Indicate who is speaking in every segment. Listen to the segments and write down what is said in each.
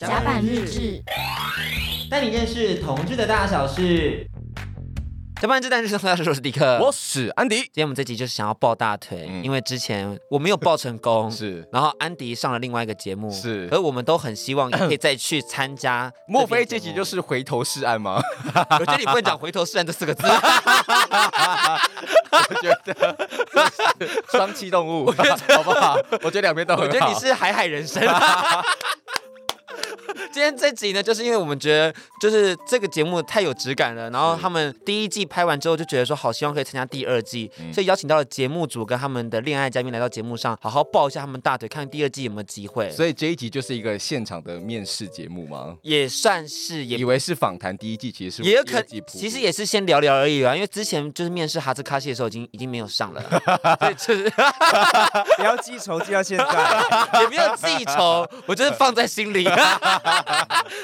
Speaker 1: 甲板日志，
Speaker 2: 带你认识同志的大小事。甲板日志，带你认识同志的大小事。我是迪克，
Speaker 3: 我是安迪，
Speaker 2: 今天我们这集就是想要抱大腿，
Speaker 3: 嗯
Speaker 2: 因为之前我没有抱成功，
Speaker 3: 是
Speaker 2: 然后安迪上了另外一个节目，
Speaker 3: 是
Speaker 2: 而我们都很希望也可以再去参加这边节目。
Speaker 3: 莫非这集就是回头是岸吗？
Speaker 2: 我觉得你不能讲“回头是岸”这四个字，
Speaker 3: 我觉得 双栖动物，好不好？我觉得两边都很
Speaker 2: 我
Speaker 3: 好。
Speaker 2: 觉得你是海海人生。啊 今天这集呢，就是因为我们觉得就是这个节目太有质感了，然后他们第一季拍完之后就觉得说好希望可以参加第二季，所以邀请到了节目组跟他们的恋爱嘉宾来到节目上，好好抱一下他们大腿，看第二季有没有机会。
Speaker 3: 所以这一集就是一个现场的面试节目吗？
Speaker 2: 也算是也
Speaker 3: 以为是访谈第一季，其实是
Speaker 2: 也有
Speaker 3: 第
Speaker 2: 可
Speaker 3: 二季，铺
Speaker 2: 其实也是先聊聊而已啊，因为之前就是面试哈兹卡西的时候，已经已经没有上了，所以就是
Speaker 4: 不要记仇，记到现在。
Speaker 2: 也没有记仇，我就是放在心里，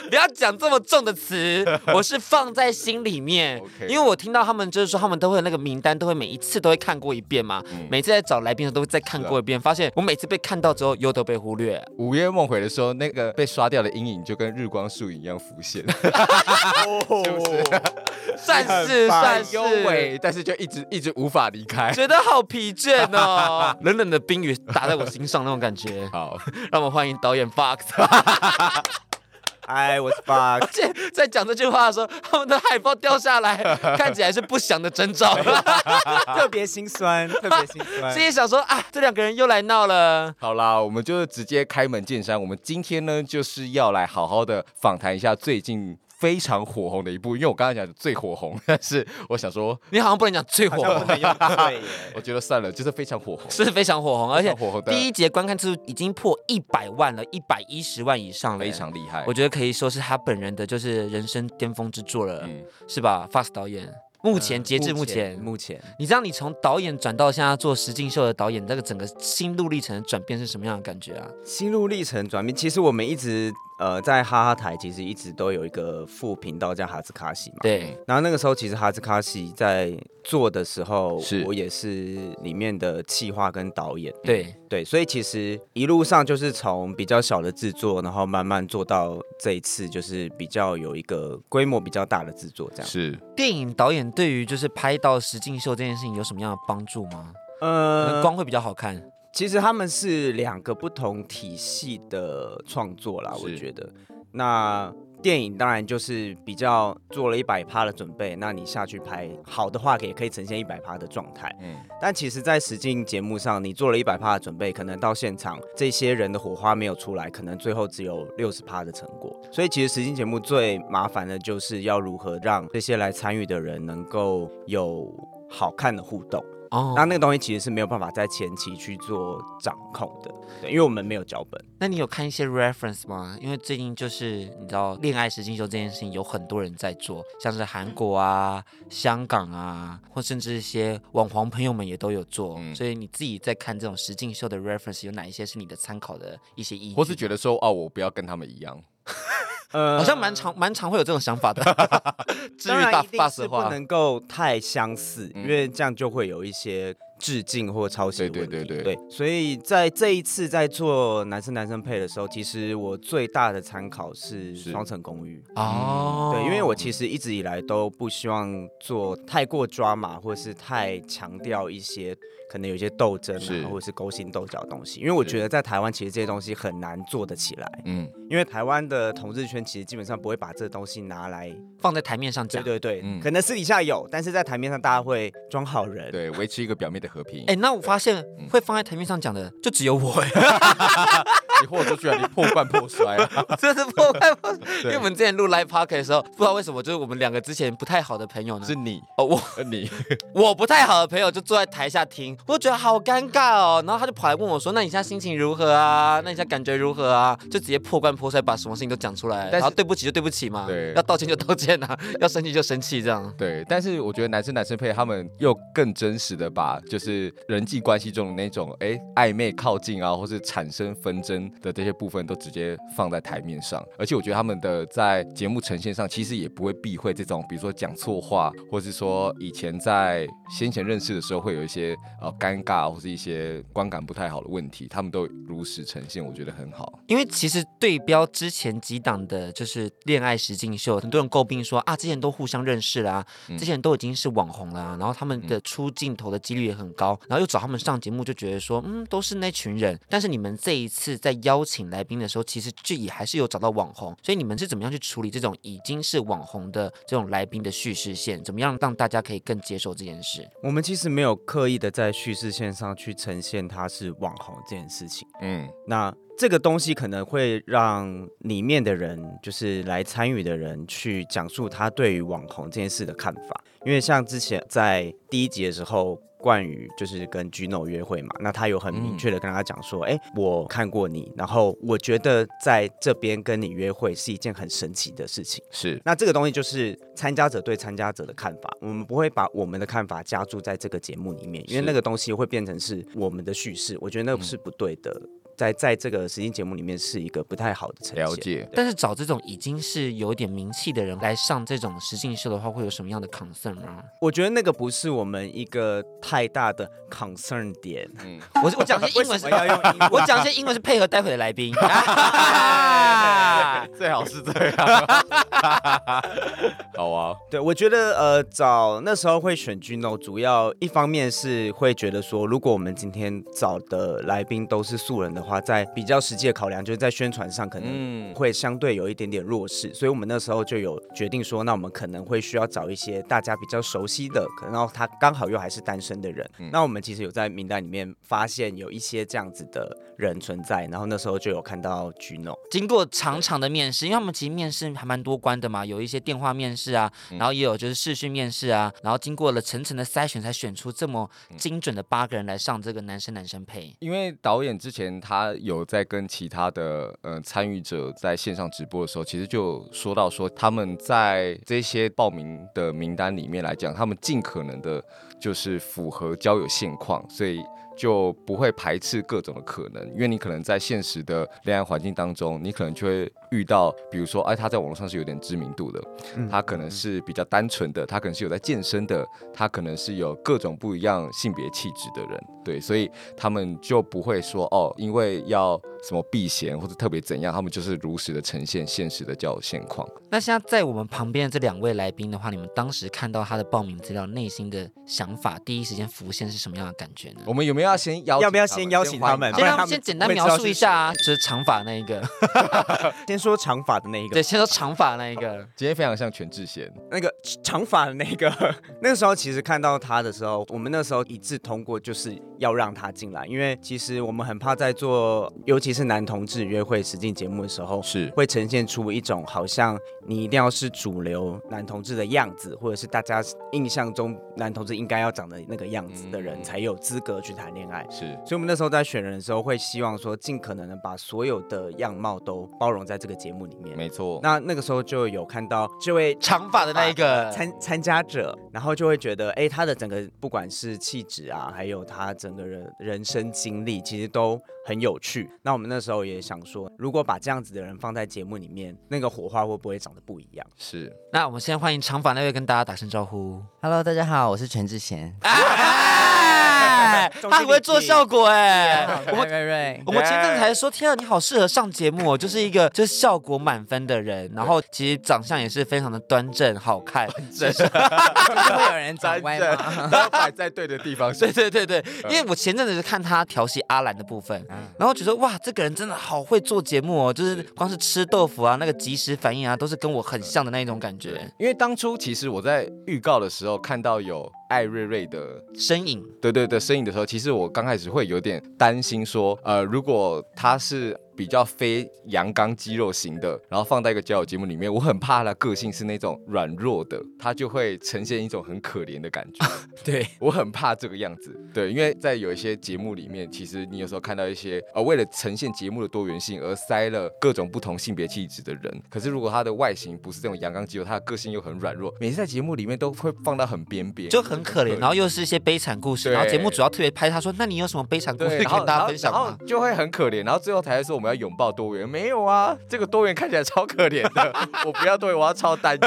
Speaker 2: 不要讲这么重的词，我是放在心里面
Speaker 3: OK
Speaker 2: 因为我听到他们就是说他们都会有那个名单，都会每一次都会看过一遍嘛，每次在找来宾的时候都会再看过一遍，发现我每次被看到之后又都被忽略，
Speaker 3: 午夜梦回的时候，那个被刷掉的阴影就跟日光树影一样浮现，
Speaker 2: 算是算是
Speaker 3: 幽，微，但是就一直一直无法 离开。
Speaker 2: 觉得好疲倦哦， 冷冷的冰雨打在我心上那种感觉。
Speaker 3: 好，
Speaker 2: 让我们欢迎导演 Fox。
Speaker 4: 哎，我是 Fox，
Speaker 2: 这在讲这句话的时候，他们的海报掉下来，看起来是不祥的征兆。
Speaker 4: 特别心酸，特别心 酸
Speaker 2: 心。里想说啊，这两个人又来闹了。
Speaker 3: 好啦，我们就直接开门见山。我们今天呢，就是要来好好的访谈一下最近非常火红的一部，因为我刚刚讲最火红，但是我想说，
Speaker 2: 你好像不能讲最火
Speaker 4: 好像不
Speaker 2: 红，
Speaker 4: 能用对耶。
Speaker 3: 我觉得算了，就是非常火红。
Speaker 2: 是非常火红，而且
Speaker 3: 非常火红的
Speaker 2: 第一节观看次数已经破一百万了，一百一十万以上了。
Speaker 3: 非，常厉害
Speaker 2: 我。觉得可以说是他本人的就是人生巅峰之作了，
Speaker 3: 嗯
Speaker 2: 是吧？Fox 导演。目前， 截至目前，
Speaker 4: 嗯目前
Speaker 2: 你知道你从导演转到现在做实境秀的导演，这个整个心路历程的转变是什么样的感觉啊？
Speaker 4: 心路历程转变，其实我们一直呃在哈哈台，其实一直都有一个副频道叫哈兹卡西嘛。
Speaker 2: 对，
Speaker 4: 然后那个时候，其实哈兹卡西在做的时候
Speaker 3: 是，
Speaker 4: 我也是里面的企划跟导演。
Speaker 2: 对，
Speaker 4: 对，所以其实一路上就是从比较小的制作，然后慢慢做到这一次就是比较有一个规模比较大的制作这样。
Speaker 3: 是
Speaker 2: 电影导演对于就是拍到实境秀这件事情有什么样的帮助吗？可能
Speaker 4: 呃，
Speaker 2: 光会比较好看，
Speaker 4: 其实他们是两个不同体系的创作啦，
Speaker 3: 是
Speaker 4: 我觉得。那电影当然就是比较做了一百趴的准备，那你下去拍好的话，也可以呈现一百趴的状态。
Speaker 3: 嗯
Speaker 4: 嗯，但其实，在实境节目上，你做了一百趴的准备，可能到现场这些人的火花没有出来，可能最后只有六十趴的成果。所以，其实实境节目最麻烦的就是要如何让这些来参与的人能够有好看的互动。
Speaker 2: 哦
Speaker 4: 那那个东西其实是没有办法在前期去做掌控的，对，因为我们没有脚本。
Speaker 2: 那你有看一些 reference 吗？因为最近就是你知道恋爱实境秀这件事情有很多人在做，像是韩国啊、香港啊，或甚至一些网黄朋友们也都有做。
Speaker 3: 嗯
Speaker 2: 所以你自己在看这种实境秀的 reference 有哪一些是你的参考的一些意义？
Speaker 3: 或是觉得说哦，我不要跟他们一样，
Speaker 4: 呃
Speaker 3: 哦
Speaker 2: 好像蛮常蛮常会有这种想法 的。至
Speaker 4: 当
Speaker 2: 于大
Speaker 4: 然一定
Speaker 2: 发
Speaker 4: 是
Speaker 2: 色
Speaker 4: 不
Speaker 2: 话，哦
Speaker 4: 能够太相似，
Speaker 3: 嗯
Speaker 4: 因为这样就会有一些致敬或抄袭的
Speaker 3: 对
Speaker 4: 问
Speaker 3: 对
Speaker 4: 题。
Speaker 3: 对对
Speaker 4: 对所以在这一次在做男生男生配的时候，其实我最大的参考是
Speaker 3: 是
Speaker 4: 《双层公寓》。
Speaker 2: 哦，
Speaker 4: 嗯对，因为我其实一直以来都不希望做太过抓马，或是太强调一些可能有一些斗争
Speaker 3: 是
Speaker 4: 啊，或者是勾心斗角的东西，因为我
Speaker 3: 是
Speaker 4: 觉得在台湾其实这些东西很难做得起来，
Speaker 3: 嗯，
Speaker 4: 因为台湾的同志圈其实基本上不会把这东西拿来，
Speaker 2: 放在台面上
Speaker 4: 对
Speaker 2: 讲。
Speaker 4: 对对，
Speaker 3: 嗯
Speaker 4: 可能私底下有，但是在台面上大家会装好人，
Speaker 3: 对，维持一个表面的和平。
Speaker 2: 哎、那我发现
Speaker 4: 嗯
Speaker 2: 会放在台面上讲的就只有我、 哎。
Speaker 3: 你豁出去了，你破罐破摔啊！
Speaker 2: 真的是破坏我。因为我们之前录 live park 的时候，不知道为什么，就是我们两个之前不太好的朋友呢
Speaker 3: 是，你，
Speaker 2: 哦，我
Speaker 3: 呃你，
Speaker 2: 我不太好的朋友就坐在台下听，我就觉得好尴尬哦。然后他就跑来问我说：“那你现在心情如何啊？那你现在感觉如何啊？”就直接破罐破摔，把什么事情都讲出来。
Speaker 3: 但是
Speaker 2: 然后对不起就对不起嘛
Speaker 3: 对，
Speaker 2: 要道歉就道歉啊，要生气就生气这样。
Speaker 3: 对，但是我觉得男生男生配他们又更真实的把就就是人际关系中的那种哎暧昧靠近啊，或是产生纷争的这些部分，都直接放在台面上。而且我觉得他们的在节目呈现上，其实也不会避讳这种，比如说讲错话，或是说以前在先前认识的时候会有一些呃尴尬，或是一些观感不太好的问题，他们都如实呈现，我觉得很好。
Speaker 2: 因为其实对标之前几档的，就是恋爱实境秀，很多人诟病说啊，之前都互相认识啦、
Speaker 3: 嗯
Speaker 2: 这些人都已经是网红啦、然后他们的出镜头的几率也很高，然后又找他们上节目，就觉得说，嗯，都是那群人。但是你们这一次在邀请来宾的时候，其实就也还是有找到网红，所以你们是怎么样去处理这种已经是网红的这种来宾的叙事线？怎么样让大家可以更接受这件事？
Speaker 4: 我们其实没有刻意的在叙事线上去呈现他是网红这件事情。
Speaker 3: 嗯
Speaker 4: 那这个东西可能会让里面的人，就是来参与的人，去讲述他对于网红这件事的看法。因为像之前在第一集的时候，冠宇就是跟 Gino 约会嘛，那他有很明确的跟他讲说，哎、我看过你，然后我觉得在这边跟你约会是一件很神奇的事情。
Speaker 3: 是
Speaker 4: 那这个东西就是参加者对参加者的看法，我们不会把我们的看法加注在这个节目里面，因为
Speaker 3: 是
Speaker 4: 那个东西会变成是我们的叙事，我觉得那是不对的。在在这个实境节目里面是一个不太好的呈现。
Speaker 3: 了解。
Speaker 2: 但是找这种已经是有点名气的人来上这种实境秀的话，会有什么样的 concern 吗？
Speaker 4: 我觉得那个不是我们一个太大的 concern 点。
Speaker 3: 嗯
Speaker 2: 我是我讲一些英文是
Speaker 4: 为什么要用英文
Speaker 2: 我讲一些英文是配合待会的来 宾。啊
Speaker 3: 哎最好是这样。好啊，
Speaker 4: 对，我觉得呃，找那时候会选 Gino，主要一方面是会觉得说，如果我们今天找的来宾都是素人的话，在比较实际的考量，就是在宣传上可能
Speaker 3: 嗯
Speaker 4: 会相对有一点点弱势，所以我们那时候就有决定说，那我们可能会需要找一些大家比较熟悉的，可能然后他刚好又还是单身的人。那我们其实有在名单里面发现有一些这样子的人存在，然后那时候就有看到 Gino。
Speaker 2: 经过长长的面试，因为他们其实面试还蛮多关的嘛，有一些电话面试啊，然后也有就是视讯面试啊，然后经过了层层的筛选，才选出这么精准的八个人来上这个男生男生配。
Speaker 3: 因为导演之前他有在跟其他的呃参与者在线上直播的时候，其实就说到说他们在这些报名的名单里面来讲，他们尽可能的就是符合交友现况，所以。就不会排斥各种的可能，因为你可能在现实的恋爱环境当中，你可能就会遇到，比如说，哎，他在网络上是有点知名度的，他可能是比较单纯的，他可能是有在健身的，他可能是有各种不一样性别气质的人，对，所以他们就不会说哦，因为要什么避嫌或者特别怎样，他们就是如实的呈现现实的交友现况。
Speaker 2: 那现在在我们旁边的这两位来宾的话，你们当时看到他的报名资料，内心的想法第一时间浮现是什么样的感觉呢？
Speaker 3: 我们有没有要先邀请他们？
Speaker 4: 要不要先邀请他们
Speaker 2: 先
Speaker 4: 不
Speaker 2: 让
Speaker 4: 然
Speaker 2: 他
Speaker 4: 他
Speaker 2: 们
Speaker 4: 们
Speaker 2: 先简单
Speaker 4: 会知道
Speaker 2: 描述
Speaker 4: 是
Speaker 2: 一下啊，就是长发那一个，
Speaker 4: 先说长发的那一个
Speaker 2: 对，，先说长发那一个。
Speaker 3: 今天非常像全智贤，
Speaker 4: 那个长发的那个， 那时候其实看到他的时候，我们那时候一致通过就是要让他进来，因为其实我们很怕在做，尤其是男同志约会实境节目的时候，
Speaker 3: 是
Speaker 4: 会呈现出一种好像你一定要是主流男同志的样子，或者是大家印象中男同志应该要长的那个样子的人
Speaker 3: 嗯
Speaker 4: 才有资格去谈恋爱。
Speaker 3: 是，
Speaker 4: 所以我们那时候在选人的时候，会希望说尽可能的把所有的样貌都包容在这个节目里面。
Speaker 3: 没错。
Speaker 4: 那那个时候就有看到这位
Speaker 2: 长发的那一个，
Speaker 4: 参参加者，然后就会觉得，哎，他的整个不管是气质啊，还有他整个人人生经历，其实都很有趣。那我们那时候也想说，如果把这样子的人放在节目里面，那个火花会不会长得不一样？
Speaker 3: 是，
Speaker 2: 那我们先欢迎长发那位跟大家打声招呼。
Speaker 1: Hello，大家好，我是全智贤。
Speaker 2: 哎，他很会做效果哎。
Speaker 1: 我啊瑞 瑞，
Speaker 2: 我们前阵子还说，天啊，你好适合上节目哦，就是一个就是效果满分的人，然后其实长相也是非常的端正好看。
Speaker 3: 正
Speaker 1: 就是会有人走歪
Speaker 3: 正
Speaker 1: 吗？
Speaker 3: 然后摆在对的地方，
Speaker 2: 对对对对，因为我前阵子是看他调戏阿兰的部分，然后觉得哇，这个人真的好会做节目哦，就是光是吃豆腐啊，那个即时反应啊，都是跟我很像的那一种感觉。
Speaker 3: 因为当初其实我在预告的时候看到有艾瑞瑞的
Speaker 2: 身影，
Speaker 3: 对对对，身影的时候，其实我刚开始会有点担心说，呃，如果他是。比较非阳刚肌肉型的，然后放在一个交友节目里面，我很怕他的个性是那种软弱的，他就会呈现一种很可怜的感觉。
Speaker 4: 对，
Speaker 3: 我很怕这个样子，对，因为在有一些节目里面，其实你有时候看到一些呃，为了呈现节目的多元性而塞了各种不同性别气质的人，可是如果他的外形不是这种阳刚肌肉，他的个性又很软弱，每次在节目里面都会放到很边边，
Speaker 2: 就很可怜，然后又是一些悲惨故事，
Speaker 3: 对
Speaker 2: 然后节目主要特别拍他说，那你有什么悲惨故事
Speaker 3: 对，
Speaker 2: 跟
Speaker 3: 然后
Speaker 2: 大
Speaker 3: 然
Speaker 2: 家
Speaker 3: 后
Speaker 2: 分享
Speaker 3: 然
Speaker 2: 吗？
Speaker 3: 后就会很可怜，然后最后才会说我们要拥抱多元，没有啊，这个多元看起来超可怜的， 我不要多元，我要超单一，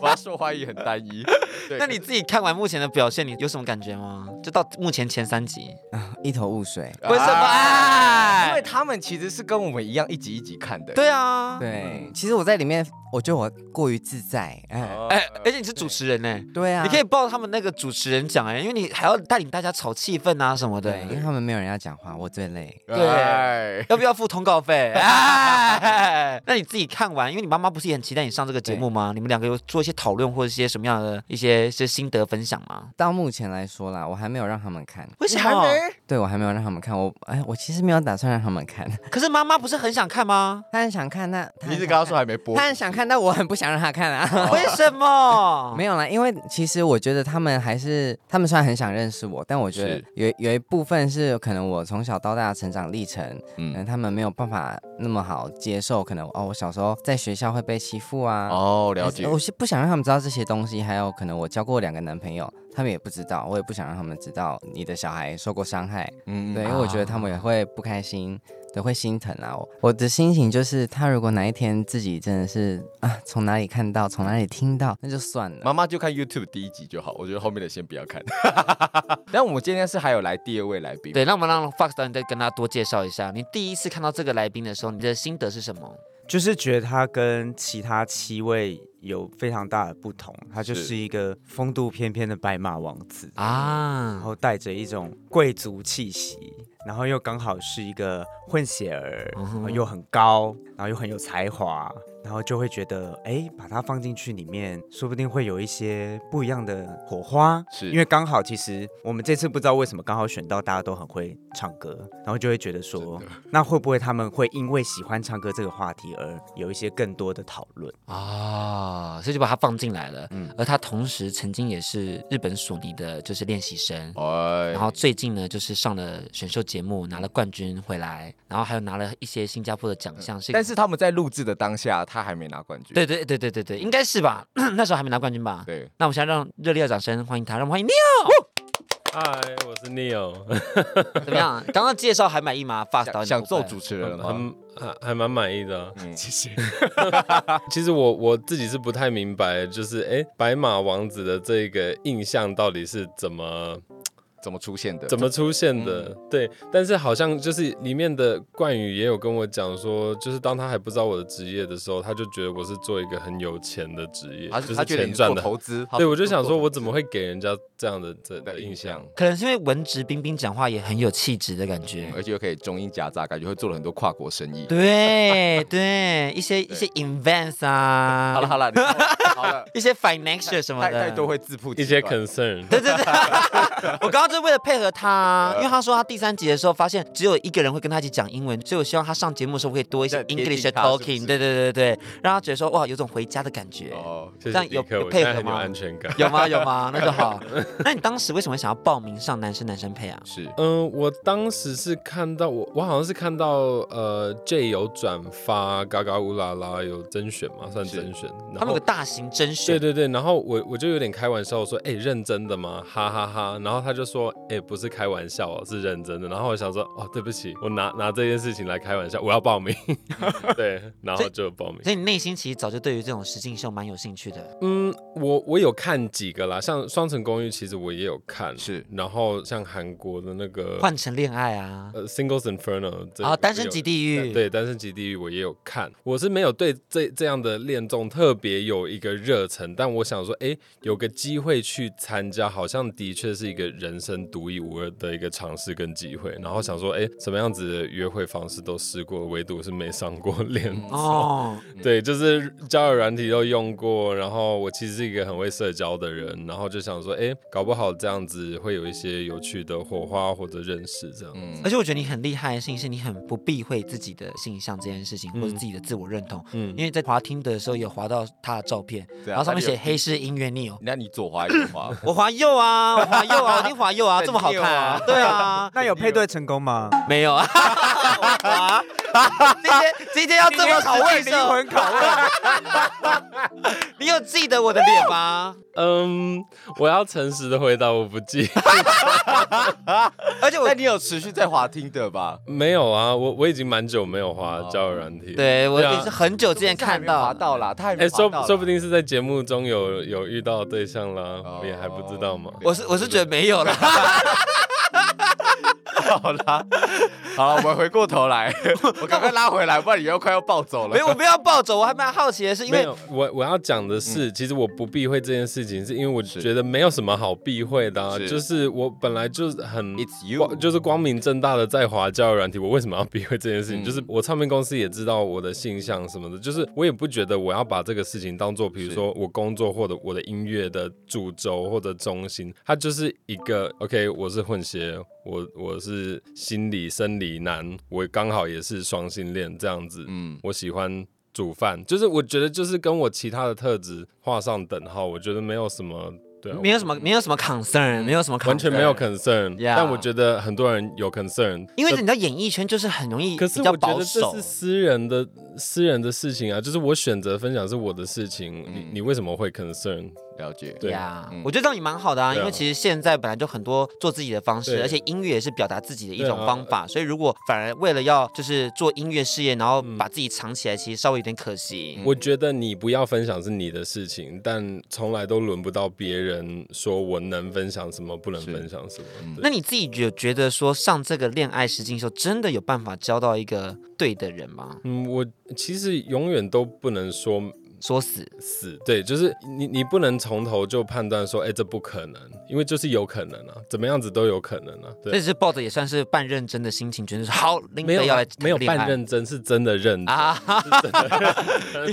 Speaker 3: 我要受欢迎很单一。对
Speaker 2: 那你自己看完目前的表现，你有什么感觉吗？就到目前前三集，
Speaker 1: 一头雾水。
Speaker 2: 为什么
Speaker 3: 啊因为他们其实是跟我们一样一集一集看的。
Speaker 2: 对啊，
Speaker 1: 对，其实我在里面，我觉得我过于自在。哎，
Speaker 3: 哦，
Speaker 2: 哎，而且你是主持人呢，
Speaker 1: 对啊，
Speaker 2: 你可以报他们那个主持人奖哎，因为你还要带领大家炒气氛啊什么的
Speaker 1: 对，，因为他们没有人要讲话，我最累。
Speaker 2: 对
Speaker 3: 哎
Speaker 2: 要不要付通告费？哎，那你自己看完，因为你妈妈不是也很期待你上这个节目吗？你们两个有做一些讨论或者一些什么样的一些一些心得分享吗？
Speaker 1: 到目前来说啦，我还没有让他们看。
Speaker 2: 为什么？
Speaker 1: 对我还没有让他们看，我哎，我其实没有打算让他们看。
Speaker 2: 可是妈妈不是很想看吗？
Speaker 1: 他很想看，那他
Speaker 3: 你
Speaker 1: 很
Speaker 3: 一直
Speaker 1: 想
Speaker 3: 跟他
Speaker 1: 看
Speaker 3: 说还没播
Speaker 1: 他，很想看，但我很不想让他看啊。
Speaker 2: 为什
Speaker 3: 哦
Speaker 2: 么？
Speaker 1: 没有啦，因为其实我觉得他们还是，他们虽然很想认识我，但我觉得
Speaker 3: 是
Speaker 1: 有有一部分是可能我从小到大的成长历程，可能
Speaker 3: 嗯，
Speaker 1: 他们没有办法那么好接受，可能哦，我小时候在学校会被欺负啊，
Speaker 3: 哦，了
Speaker 1: 还是
Speaker 3: 解。
Speaker 1: 我是不想让他们知道这些东西，还有可能我交过两个男朋友，他们也不知道，我也不想让他们知道你的小孩受过伤害，
Speaker 3: 嗯
Speaker 1: 对，因为我觉得他们也会不开心，对，会心疼啊。我我的心情就是，他如果哪一天自己真的是啊，从哪里看到，从哪里听到，那就算了。
Speaker 3: 妈妈就看 YouTube 第一集就好，我觉得后面的先不要 看。但我们今天是还有来第二位来宾，
Speaker 2: 对，那我们让 Fox 导演再跟大家多介绍一下，你第一次看到这个来宾的时候，你的心得是什么？
Speaker 4: 就是觉得他跟其他七位有非常大的不同，他就是是一个风度翩翩的白马王子，然
Speaker 2: 啊，
Speaker 4: 后带着一种贵族气息，然后又刚好是一个混血儿，
Speaker 2: 嗯
Speaker 4: 然
Speaker 2: 哼
Speaker 4: 后又很高，然后又很有才华，然后就会觉得，哎，把它放进去里面，说不定会有一些不一样的火花。
Speaker 3: 是
Speaker 4: 因为刚好其实我们这次不知道为什么刚好选到大家都很会唱歌，然后就会觉得说，那会不会他们会因为喜欢唱歌这个话题而有一些更多的讨论？
Speaker 2: 啊，所以就把他放进来了。嗯，而他同时曾经也是日本索尼的，就是练习生。
Speaker 3: 哎
Speaker 2: 然后最近呢，就是上了选秀节目，拿了冠军回来，然后还有拿了一些新加坡的奖项，是
Speaker 3: 但是他们在录制的当下，他还没拿冠军。
Speaker 2: 对对对对对对，应该是吧？ 那时候还没拿冠军吧？
Speaker 3: 对，
Speaker 2: 那我们现在让热烈的掌声欢迎他，让我们欢迎啊 Neil。
Speaker 5: 嗨，我是 Neil，
Speaker 2: 怎么样？刚刚介绍还满意吗？Fast 导
Speaker 3: 想
Speaker 2: 演
Speaker 3: 想做
Speaker 2: 主。
Speaker 3: 主持人了 吗？
Speaker 5: 很还还蛮满意的啊、
Speaker 3: 嗯
Speaker 5: 谢谢。其实我我自己是不太明白，就是哎，诶白马王子的这个印象到底是怎么
Speaker 3: 怎么出现的？
Speaker 5: 怎么出现的？对，但是好像就是里面的冠宇也有跟我讲说，就是当他还不知道我的职业的时候，他就觉得我是做一个很有钱的职业，
Speaker 3: 他
Speaker 5: 就是
Speaker 3: 他觉得
Speaker 5: 钱
Speaker 3: 你
Speaker 5: 赚
Speaker 3: 做
Speaker 5: 的。
Speaker 3: 投资，
Speaker 5: 对，我就想说，我
Speaker 3: 么
Speaker 5: 怎么会给人家这样的这的
Speaker 3: 的
Speaker 5: 印
Speaker 3: 印
Speaker 5: 象
Speaker 3: 象？，
Speaker 2: 可能是因为文质彬彬，讲话也很有气质的感 觉。
Speaker 3: 而且又可以中英夹杂，感觉会做了很多跨国生意。
Speaker 2: 对对，一些一些 invents 啊，
Speaker 3: 好了好 了，你好了，
Speaker 2: 一些 financial 什么
Speaker 3: 太
Speaker 2: 的，
Speaker 3: 太多会自曝
Speaker 5: 一些 concern，
Speaker 2: 对对对， 我刚刚就为了配合他，
Speaker 3: 呃
Speaker 2: 因为他说他第三集的时候发现只有一个人会跟他一起讲英文，所以我希望他上节目的时候可以多一些
Speaker 3: 再贴近
Speaker 2: English 的
Speaker 3: 他是不
Speaker 2: talking，
Speaker 3: 是
Speaker 2: 对对对对，让他觉得说哇有种回家的感觉，
Speaker 3: 哦，
Speaker 2: 这
Speaker 5: 谢谢
Speaker 2: 样有
Speaker 5: 迪克，
Speaker 2: 有
Speaker 5: 我
Speaker 2: 配
Speaker 5: 现在
Speaker 2: 合
Speaker 5: 很有
Speaker 2: 吗
Speaker 5: 安？全感。
Speaker 2: 有吗有吗？那就好。那你当时为什么想要报名上男生男生配啊？
Speaker 3: 是
Speaker 5: 嗯，我当时是看到我，我好像是看到呃，J 有转发嘎嘎乌拉拉有甄选嘛，算
Speaker 3: 是
Speaker 5: 甄选，
Speaker 2: 他们
Speaker 5: 然
Speaker 2: 有
Speaker 5: 后
Speaker 2: 个。大型甄
Speaker 5: 对
Speaker 2: 选，
Speaker 5: 对对，然后我我就有点开玩笑，我说，哎、认真的吗？哈哈哈然后他就说，哎、不是开玩笑哦，是认真的。然后我想说，哦，对不起，我拿拿这件事情来开玩笑，我要 报名。 对，然后就报名。
Speaker 2: 所以你内心其实早就对于这种实境秀蛮有兴趣的。
Speaker 5: 嗯，我我有看几个啦，像《双城公寓》，其实我也有看。
Speaker 3: 是
Speaker 5: 然后像韩国的那
Speaker 3: 呃
Speaker 5: 个
Speaker 2: 换成恋爱啊，
Speaker 5: 呃《Singles Inferno》这个
Speaker 2: 啊，单
Speaker 5: 我
Speaker 2: 身
Speaker 5: 有
Speaker 2: 即地狱，
Speaker 5: 对《单身即地狱》我也有看，我是没有对这这样的恋综特别有一个热忱，但我想说，哎，有个机会去参加，好像的确是一个人生独一无二的一个尝试跟机会。然后想说，哎，什么样子的约会方式都试过，唯独是没上过 恋。
Speaker 2: 哦，
Speaker 5: 对，就是交友软体都用过，然后我其实是一个很会社交的人，然后就想说，哎，搞不好这样子会有一些有趣的火花或者认识这样。
Speaker 3: 嗯
Speaker 2: 而且我觉得你很厉害的事情是你很不避讳自己的性向这件事情，或者自己的自我认同。
Speaker 5: 嗯
Speaker 2: 因为在滑听的时候有滑到他的照片，
Speaker 3: 对啊
Speaker 2: 然后上面
Speaker 3: 他就
Speaker 2: 写黑市音乐 Neo，
Speaker 3: 那你左滑还是右滑？
Speaker 2: 我滑右啊，我滑右啊，我一定滑右 啊，这么好看啊，对啊，
Speaker 4: 那有配对成功吗？
Speaker 2: 没有啊， 今天今天要这么拷问灵魂拷问，你有记得我的脸吗？
Speaker 5: 嗯，我要诚实的回答，我不记，
Speaker 2: 而且我
Speaker 3: 那你有持续在滑听的吧？
Speaker 5: 没有啊，我我已经蛮久没有滑交友软体了。
Speaker 2: 哦对我
Speaker 5: 啊
Speaker 2: 也是很久之前看
Speaker 3: 滑
Speaker 2: 到，
Speaker 3: 到啦，他还没
Speaker 5: 哎，
Speaker 3: 滑
Speaker 5: 说
Speaker 3: 到啦。
Speaker 5: 说不定是在节目中有有遇到对象啦，
Speaker 3: 哦
Speaker 5: 我也还不知道嘛。
Speaker 2: 我是我是觉得没有了，
Speaker 3: 好啦，好，我们回过 头来，我赶快拉回来，不然你又快要暴走了。
Speaker 2: 没有，我不要抱走，我还蛮好奇的是，因
Speaker 5: 没
Speaker 2: 为
Speaker 5: 有，我我要讲的
Speaker 3: 嗯
Speaker 5: 是，其实我不避讳这件事情，是因为我觉得没有什么好避讳的、啊，
Speaker 3: 是
Speaker 5: 就是我本来就是很。
Speaker 3: ，It's
Speaker 5: 光
Speaker 3: you，
Speaker 5: 就是光明正大的在华教软体，我为什么要避讳这件事情？
Speaker 3: 嗯
Speaker 5: 就是我唱片公司也知道我的性向什么的，就是我也不觉得我要把这个事情当做，比如
Speaker 3: 是
Speaker 5: 说我工作或者我的音乐的主轴或者中心，它就是一个 OK，我是混血，我我是心理生理男，我刚好也是双性恋这样子，
Speaker 3: 嗯，
Speaker 5: 我喜欢煮饭，就是我觉得就是跟我其他的特质画上等号，我觉得没有什么对、啊，
Speaker 2: 没有什么没有什么 concern，没有什么 concern，
Speaker 5: 完全没有 concern，、
Speaker 2: Yeah
Speaker 5: 但我觉得很多人有 concern，
Speaker 2: 因为你
Speaker 5: 呃
Speaker 2: 知道演艺圈就是很容易
Speaker 5: 可是
Speaker 2: 比较
Speaker 5: 我觉
Speaker 2: 保
Speaker 5: 得这
Speaker 2: 守
Speaker 5: 是，私人的私人的事情啊，就是我选择分享是我的事情，你
Speaker 2: 嗯
Speaker 5: 你为什么会 concern？
Speaker 3: 了解。
Speaker 5: 对
Speaker 2: 呀
Speaker 3: 嗯
Speaker 2: 我觉得这样也蛮好的啊，
Speaker 5: 对啊
Speaker 2: 因为其实现在本来就很多做自己的方式，
Speaker 5: 对
Speaker 2: 而且音乐也是表达自己的一
Speaker 5: 对啊
Speaker 2: 种方法，所以如果反而为了要就是做音乐事业，然后
Speaker 5: 嗯
Speaker 2: 把自己藏起来，其实稍微有点可惜。
Speaker 5: 我觉得你不要分享是你的事情，但从来都轮不到别人说我能分享什么，不能
Speaker 3: 是
Speaker 5: 分享什么。对
Speaker 2: 那你自己有觉得说上这个恋爱实境秀真的有办法交到一个对的人吗？
Speaker 5: 嗯，我其实永远都不能说
Speaker 2: 说死
Speaker 5: 死，对，就是你你不能从头就判断说，哎、这不可能，因为就是有可能啊，怎么样子都有可能啊，
Speaker 2: 这
Speaker 5: 对，
Speaker 2: 只是抱着也算是半认真的心情，觉得说好，林
Speaker 5: 没有
Speaker 2: 北要来谈
Speaker 5: 没有
Speaker 2: 恋爱
Speaker 5: 半认真，是真的认真，
Speaker 2: 啊，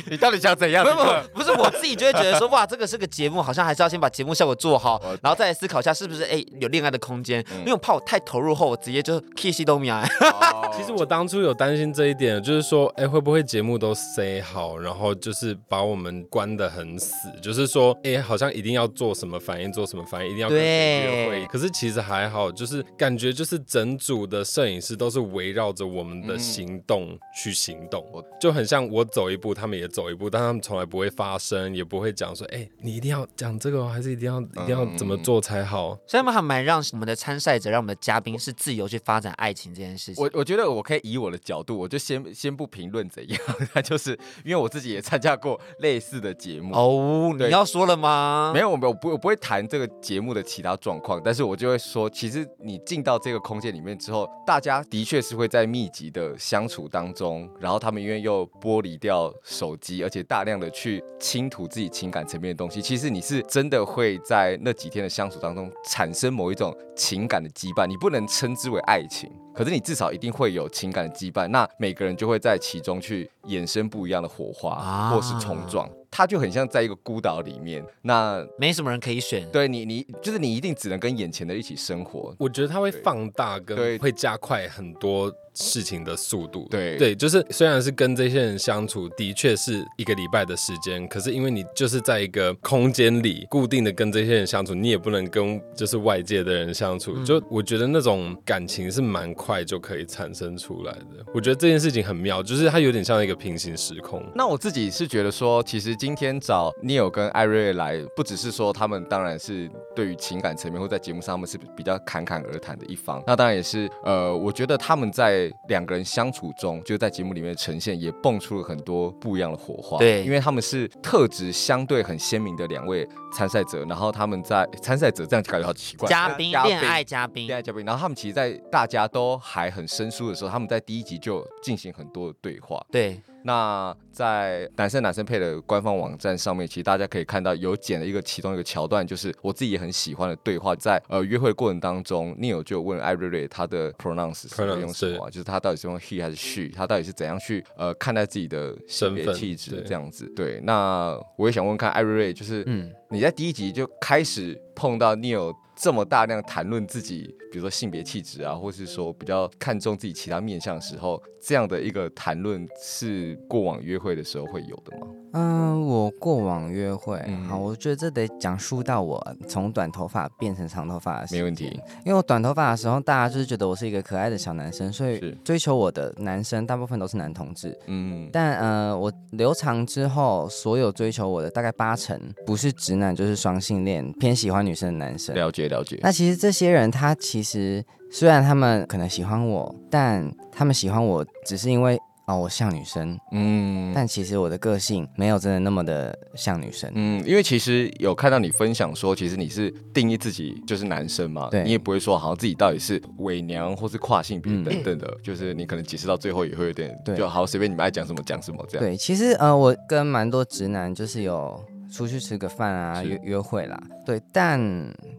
Speaker 3: 你到底想怎样？
Speaker 2: 不不不是我自己就会觉得 说，哇，这个是个节目，好像还是要先把节目效果做好，
Speaker 3: 哦
Speaker 2: 然后再来思考一下是不是哎有恋爱的空间，
Speaker 3: 嗯
Speaker 2: 因为我怕我太投入后，我直接就 kiss 都没啊来。
Speaker 3: 哦
Speaker 5: 其实我当初有担心这一点，就是说，哎、会不会节目都塞好，然后就是把我们关得很死，就是说，哎、好像一定要做什么反应，做什么反应，一定要跟谁约
Speaker 2: 对
Speaker 5: 会。可是其实还好，就是感觉就是整组的摄影师都是围绕着我们的行动去行动，
Speaker 2: 嗯
Speaker 3: 我
Speaker 5: 就很像我走一步，他们也走一步，但他们从来不会发声，也不会讲说，哎、你一定要讲这个哦，还是一定要一定要
Speaker 2: 嗯
Speaker 5: 怎么做才好。
Speaker 2: 所以他们还蛮让我们的参赛者，让我们的嘉宾是自由去发展爱情这件事情
Speaker 3: 我。我觉得我可以以我的角度，我就先先不评论怎样， 那就是因为我自己也参加过类似的节目。
Speaker 2: 哦，你
Speaker 3: 对
Speaker 2: 要说了吗？
Speaker 3: 没有，我没有，我不，我不会谈这个节目的其他状况，但是我就会说，其实你进到这个空间里面之后，大家的确是会在密集的相处当中，然后他们因为又剥离掉手机，而且大量的去倾吐自己情感层面的东西，其实你是真的会在那几天的相处当中产生某一种情感的羁绊，你不能称之为爱情。可是你至少一定会有情感的羁绊，那每个人就会在其中去衍生不一样的火花，
Speaker 2: 啊
Speaker 3: 或是冲撞。它就很像在一个孤岛里面，那
Speaker 2: 没什么人可以选。
Speaker 3: 对你，你就是你一定只能跟眼前的一起生活。
Speaker 5: 我觉得它会放大跟
Speaker 3: 对
Speaker 5: 会加快很多事情的速度。
Speaker 3: 对
Speaker 5: 对，就是虽然是跟这些人相处，的确是一个礼拜的时间，可是因为你就是在一个空间里固定的跟这些人相处，你也不能跟就是外界的人相处。就我觉得那种感情是蛮快就可以产生出来的。我觉得这件事情很妙，就是它有点像一个平行时空。
Speaker 3: 那我自己是觉得说，其实今天找 Neil 跟艾瑞来，不只是说他们当然是对于情感层面或在节目上他们是比较侃侃而谈的一方，那当然也是呃，我觉得他们在两个人相处中，就在节目里面的呈现也蹦出了很多不一样的火花。
Speaker 2: 对
Speaker 3: 因为他们是特质相对很鲜明的两位参赛者，然后他们在参赛者这样感觉好奇怪，
Speaker 2: 嘉宾，恋爱嘉宾
Speaker 3: 恋，爱嘉宾，然后他们其实，在大家都还很生疏的时候，他们在第一集就进行很多的对话。
Speaker 2: 对，
Speaker 3: 那在男生男生配的官方网站上面，其实大家可以看到有剪了一个其中一个桥段，就是我自己也很喜欢的对话，在呃约会过程当中，Neil 就有问艾瑞瑞他的 pronouns 是
Speaker 5: Pronouns，
Speaker 3: 用什么啊、就是他到底是用 he 还是 she，他到底是怎样去呃看待自己的性别
Speaker 5: 身份
Speaker 3: 气质
Speaker 5: 对
Speaker 3: 这样子。对，那我也想问问看艾瑞瑞，就是
Speaker 1: 嗯，
Speaker 3: 你在第一集就开始碰到 Neil 这么大量谈论自己，比如说性别气质啊，或是说比较看重自己其他面向的时候，这样的一个谈论是过往约会的时候会有的吗？
Speaker 1: 嗯，我过往约会，
Speaker 3: 嗯
Speaker 1: 好，我觉得这得讲述到我从短头发变成长头发的事
Speaker 3: 没问
Speaker 1: 情
Speaker 3: 题，
Speaker 1: 因为我短头发的时候，大家就是觉得我是一个可爱的小男生，所
Speaker 3: 是
Speaker 1: 以追求我的男生大部分都是男同志。
Speaker 3: 嗯，
Speaker 1: 但呃，我留长之后，所有追求我的大概八成不是直男就是双性恋，偏喜欢女生的男生。
Speaker 3: 了解了解，
Speaker 1: 那其实这些人，他其实虽然他们可能喜欢我，但他们喜欢我只是因为哦我像女生，
Speaker 3: 嗯。
Speaker 1: 但其实我的个性没有真的那么的像女生。
Speaker 3: 嗯，因为其实有看到你分享说，其实你是定义自己就是男生嘛，
Speaker 1: 对
Speaker 3: 你也不会说好像自己到底是伪娘或是跨性别
Speaker 1: 嗯
Speaker 3: 等等的，就是你可能解释到最后也会有点，
Speaker 1: 对
Speaker 3: 就好随便你们爱讲什么讲什么这样。
Speaker 1: 对，其实呃，我跟蛮多直男就是有出去吃个饭啊，
Speaker 3: 是
Speaker 1: 约约会啦，对。但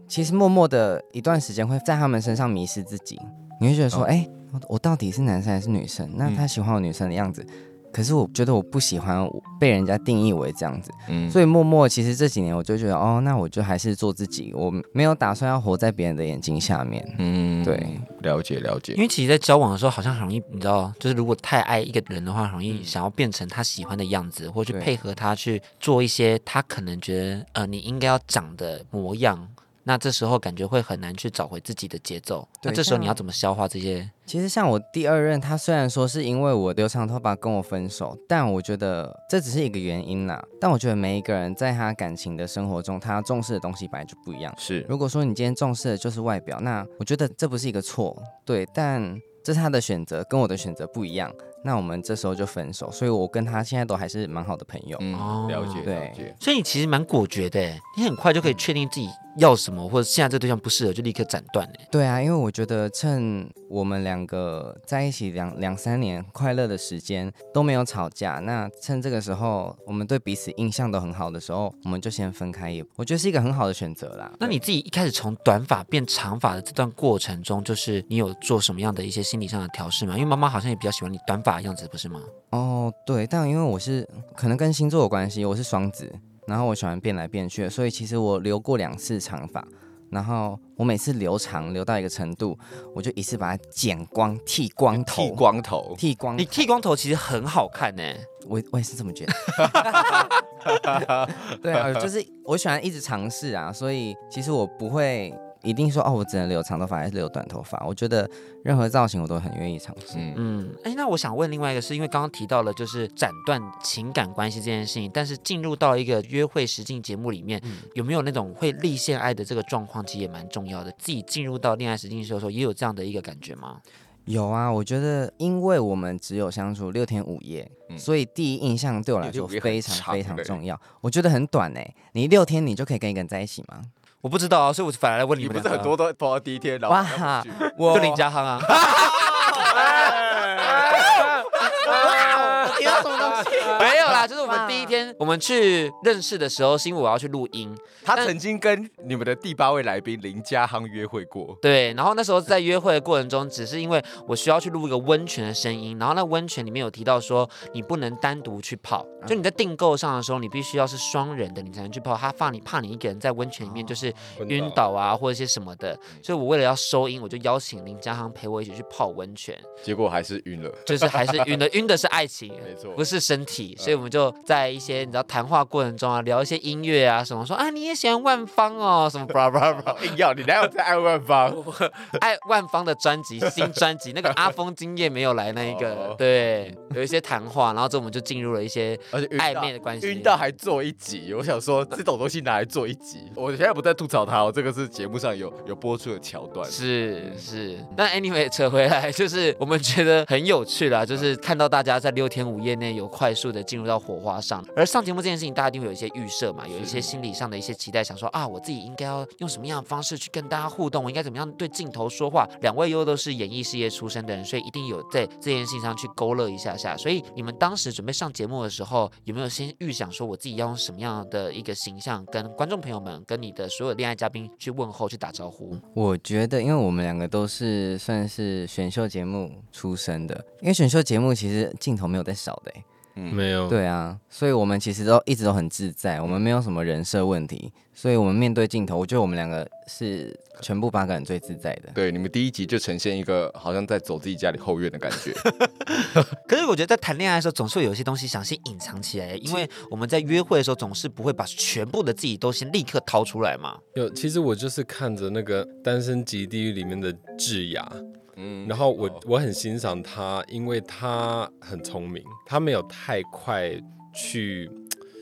Speaker 1: 其实默默的一段时间会在他们身上迷失自己，你会觉得说，
Speaker 3: 哦
Speaker 1: 哎、我我到底是男生还是女生？那
Speaker 3: 嗯
Speaker 1: 他喜欢我女生的样子，可是我觉得我不喜欢我被人家定义为这样子，
Speaker 3: 嗯，
Speaker 1: 所以默默其实这几年我就觉得，哦，那我就还是做自己，我没有打算要活在别人的眼睛下面。
Speaker 3: 嗯，
Speaker 1: 对，
Speaker 3: 了解了解
Speaker 2: 因。为其实，在交往的时候，好像很容易，你知道，就是如果太爱一个人的话，很容易想要变成他喜欢的样子，或者去
Speaker 1: 嗯对
Speaker 2: 配合他去做一些他可能觉得呃你应该要长的模样。那这时候感觉会很难去找回自己的节奏。那
Speaker 1: 对啊
Speaker 2: 这时候
Speaker 1: 像
Speaker 2: 你要怎么消化这些？
Speaker 1: 其实像我第二任，他虽然说是因为我留长头发跟我分手，但我觉得这只是一个原因啦。但我觉得每一个人在他感情的生活中，他重视的东西本来就不一样。
Speaker 3: 是，
Speaker 1: 如果说你今天重视的就是外表，那我觉得这不是一个错，对，但这是他的选择，跟我的选择不一样。那我们这时候就分手，所以我跟他现在都还是蛮好的朋友。
Speaker 3: 嗯
Speaker 2: 哦，
Speaker 3: 了解了
Speaker 1: 对
Speaker 3: 解。
Speaker 2: 所以你其实蛮果决的欸，你很快就可以确定自己要什么，或者现在这对象不适合，就立刻斩断哎。
Speaker 1: 对啊，因为我觉得趁我们两个在一起两两三年快乐的时间都没有吵架，那趁这个时候我们对彼此印象都很好的时候，我们就先分开也，我觉得是一个很好的选择啦。
Speaker 2: 那你自己一开始从短发变长发的这段过程中，就是你有做什么样的一些心理上的调试吗？因为妈妈好像也比较喜欢你短发的样子，不是吗？
Speaker 1: 哦，对，但因为我是可能跟星座有关系，我是双子，然后我喜欢变来变去，所以其实我留过两次长发，然后我每次留长留到一个程度，我就一次把它剪光、剃光头、
Speaker 3: 剃光头，
Speaker 1: 剃光
Speaker 2: 你剃光头其实很好看欸呢、
Speaker 1: 我我也是这么觉 得。对啊，就是我喜欢一直尝试啊，所以其实我不会一定说哦，我只能留长头发还是留短头发。我觉得任何造型我都很愿意尝试。
Speaker 3: 嗯，
Speaker 2: 嗯，哎，那我想问另外一个是，因为刚刚提到了就是斩断情感关系这件事情，但是进入到一个约会实境节目里面，有没有那种会立现爱的这个状况，其实也蛮重要的。自己进入到恋爱实境秀的时候，也有这样的一个感觉吗？
Speaker 1: 有啊，我觉得因为我们只有相处六天五夜，
Speaker 3: 嗯
Speaker 1: 所以第一印象对我来说
Speaker 3: 六天五夜
Speaker 1: 非
Speaker 3: 很
Speaker 1: 常非
Speaker 3: 长
Speaker 1: 常
Speaker 3: 嘞
Speaker 1: 重要。我觉得很短哎、你六天你就可以跟一个人在一起吗？
Speaker 2: 我不知道啊，所以我反而来问
Speaker 3: 你
Speaker 2: 们
Speaker 3: 不
Speaker 2: 两
Speaker 3: 是
Speaker 2: 个啊。
Speaker 3: 很多都跑到第一天，然后
Speaker 1: 哇，
Speaker 2: 就
Speaker 1: 我
Speaker 2: 林家亨啊。
Speaker 1: 听到什么东西？
Speaker 2: 没有啦，就是我们第一天我们去认识的时候，是因为我要去录音，
Speaker 3: 他曾经跟你们的第八位来宾林家航约会过，
Speaker 2: 对，然后那时候在约会的过程中，只是因为我需要去录一个温泉的声音，然后那温泉里面有提到说你不能单独去泡，就你在订购上的时候，你必须要是双人的你才能去泡，他怕你怕你一个人在温泉里面就是晕倒啊或者一些什么的，所以我为了要收音，我就邀请林家航陪我一起去泡温泉，
Speaker 3: 结果还是 晕了。
Speaker 2: 就是还是晕的，晕的是爱情，
Speaker 3: 没错
Speaker 2: 不是身体，所以我们就在一些你知道谈话过程中啊，聊一些音乐啊什么，说啊你也喜欢万芳哦，什么 blah blah blah，
Speaker 3: 硬要你哪有在爱万方？
Speaker 2: 爱万芳的专辑新专辑，那 个阿峰今夜没有来那一个
Speaker 3: 哦，
Speaker 2: 对，有一些谈话，然后之后我们就进入了一些
Speaker 3: 而且晕到
Speaker 2: 暧昧的关系
Speaker 3: 晕到还做一集。我想说，这种东西拿来做一集，我现在不在吐槽他哦，这个是节目上有有播出的桥段。
Speaker 2: 是是，那 anyway 扯回来，就是我们觉得很有趣啦，就是看到大家在六天五夜内有快速的进入到到火花上。而上节目这件事情，大家一定会有一些预设嘛，有一些心理上的一些期待，想说啊，我自己应该要用什么样的方式去跟大家互动，我应该怎么样对镜头说话。两位又都是演艺事业出身的人，所以一定有在这件事情上去勾勒一下下。所以你们当时准备上节目的时候，有没有先预想说我自己要用什么样的一个形象跟观众朋友们、跟你的所有恋爱嘉宾去问候、去打招呼？
Speaker 1: 我觉得，因为我们两个都是算是选秀节目出身的，因为选秀节目其实镜头没有在少的、欸，
Speaker 5: 没
Speaker 2: 嗯
Speaker 5: 有，
Speaker 1: 对啊，所以我们其实都一直都很自在，我们没有什么人设问题，所以我们面对镜头，我觉得我们两个是全部八个人最自在的。
Speaker 3: 对，你们第一集就呈现一个好像在走自己家里后院的感觉。
Speaker 2: 可是我觉得在谈恋爱的时候，总是会有一些东西想先隐藏起来，因为我们在约会的时候总是不会把全部的自己都先立刻掏出来嘛。
Speaker 5: 有，其实我就是看着那个《单身即地狱》里面的智雅，
Speaker 3: 嗯
Speaker 5: 然后我、
Speaker 3: 哦
Speaker 5: 我很欣赏她，因为她很聪明，她没有太快去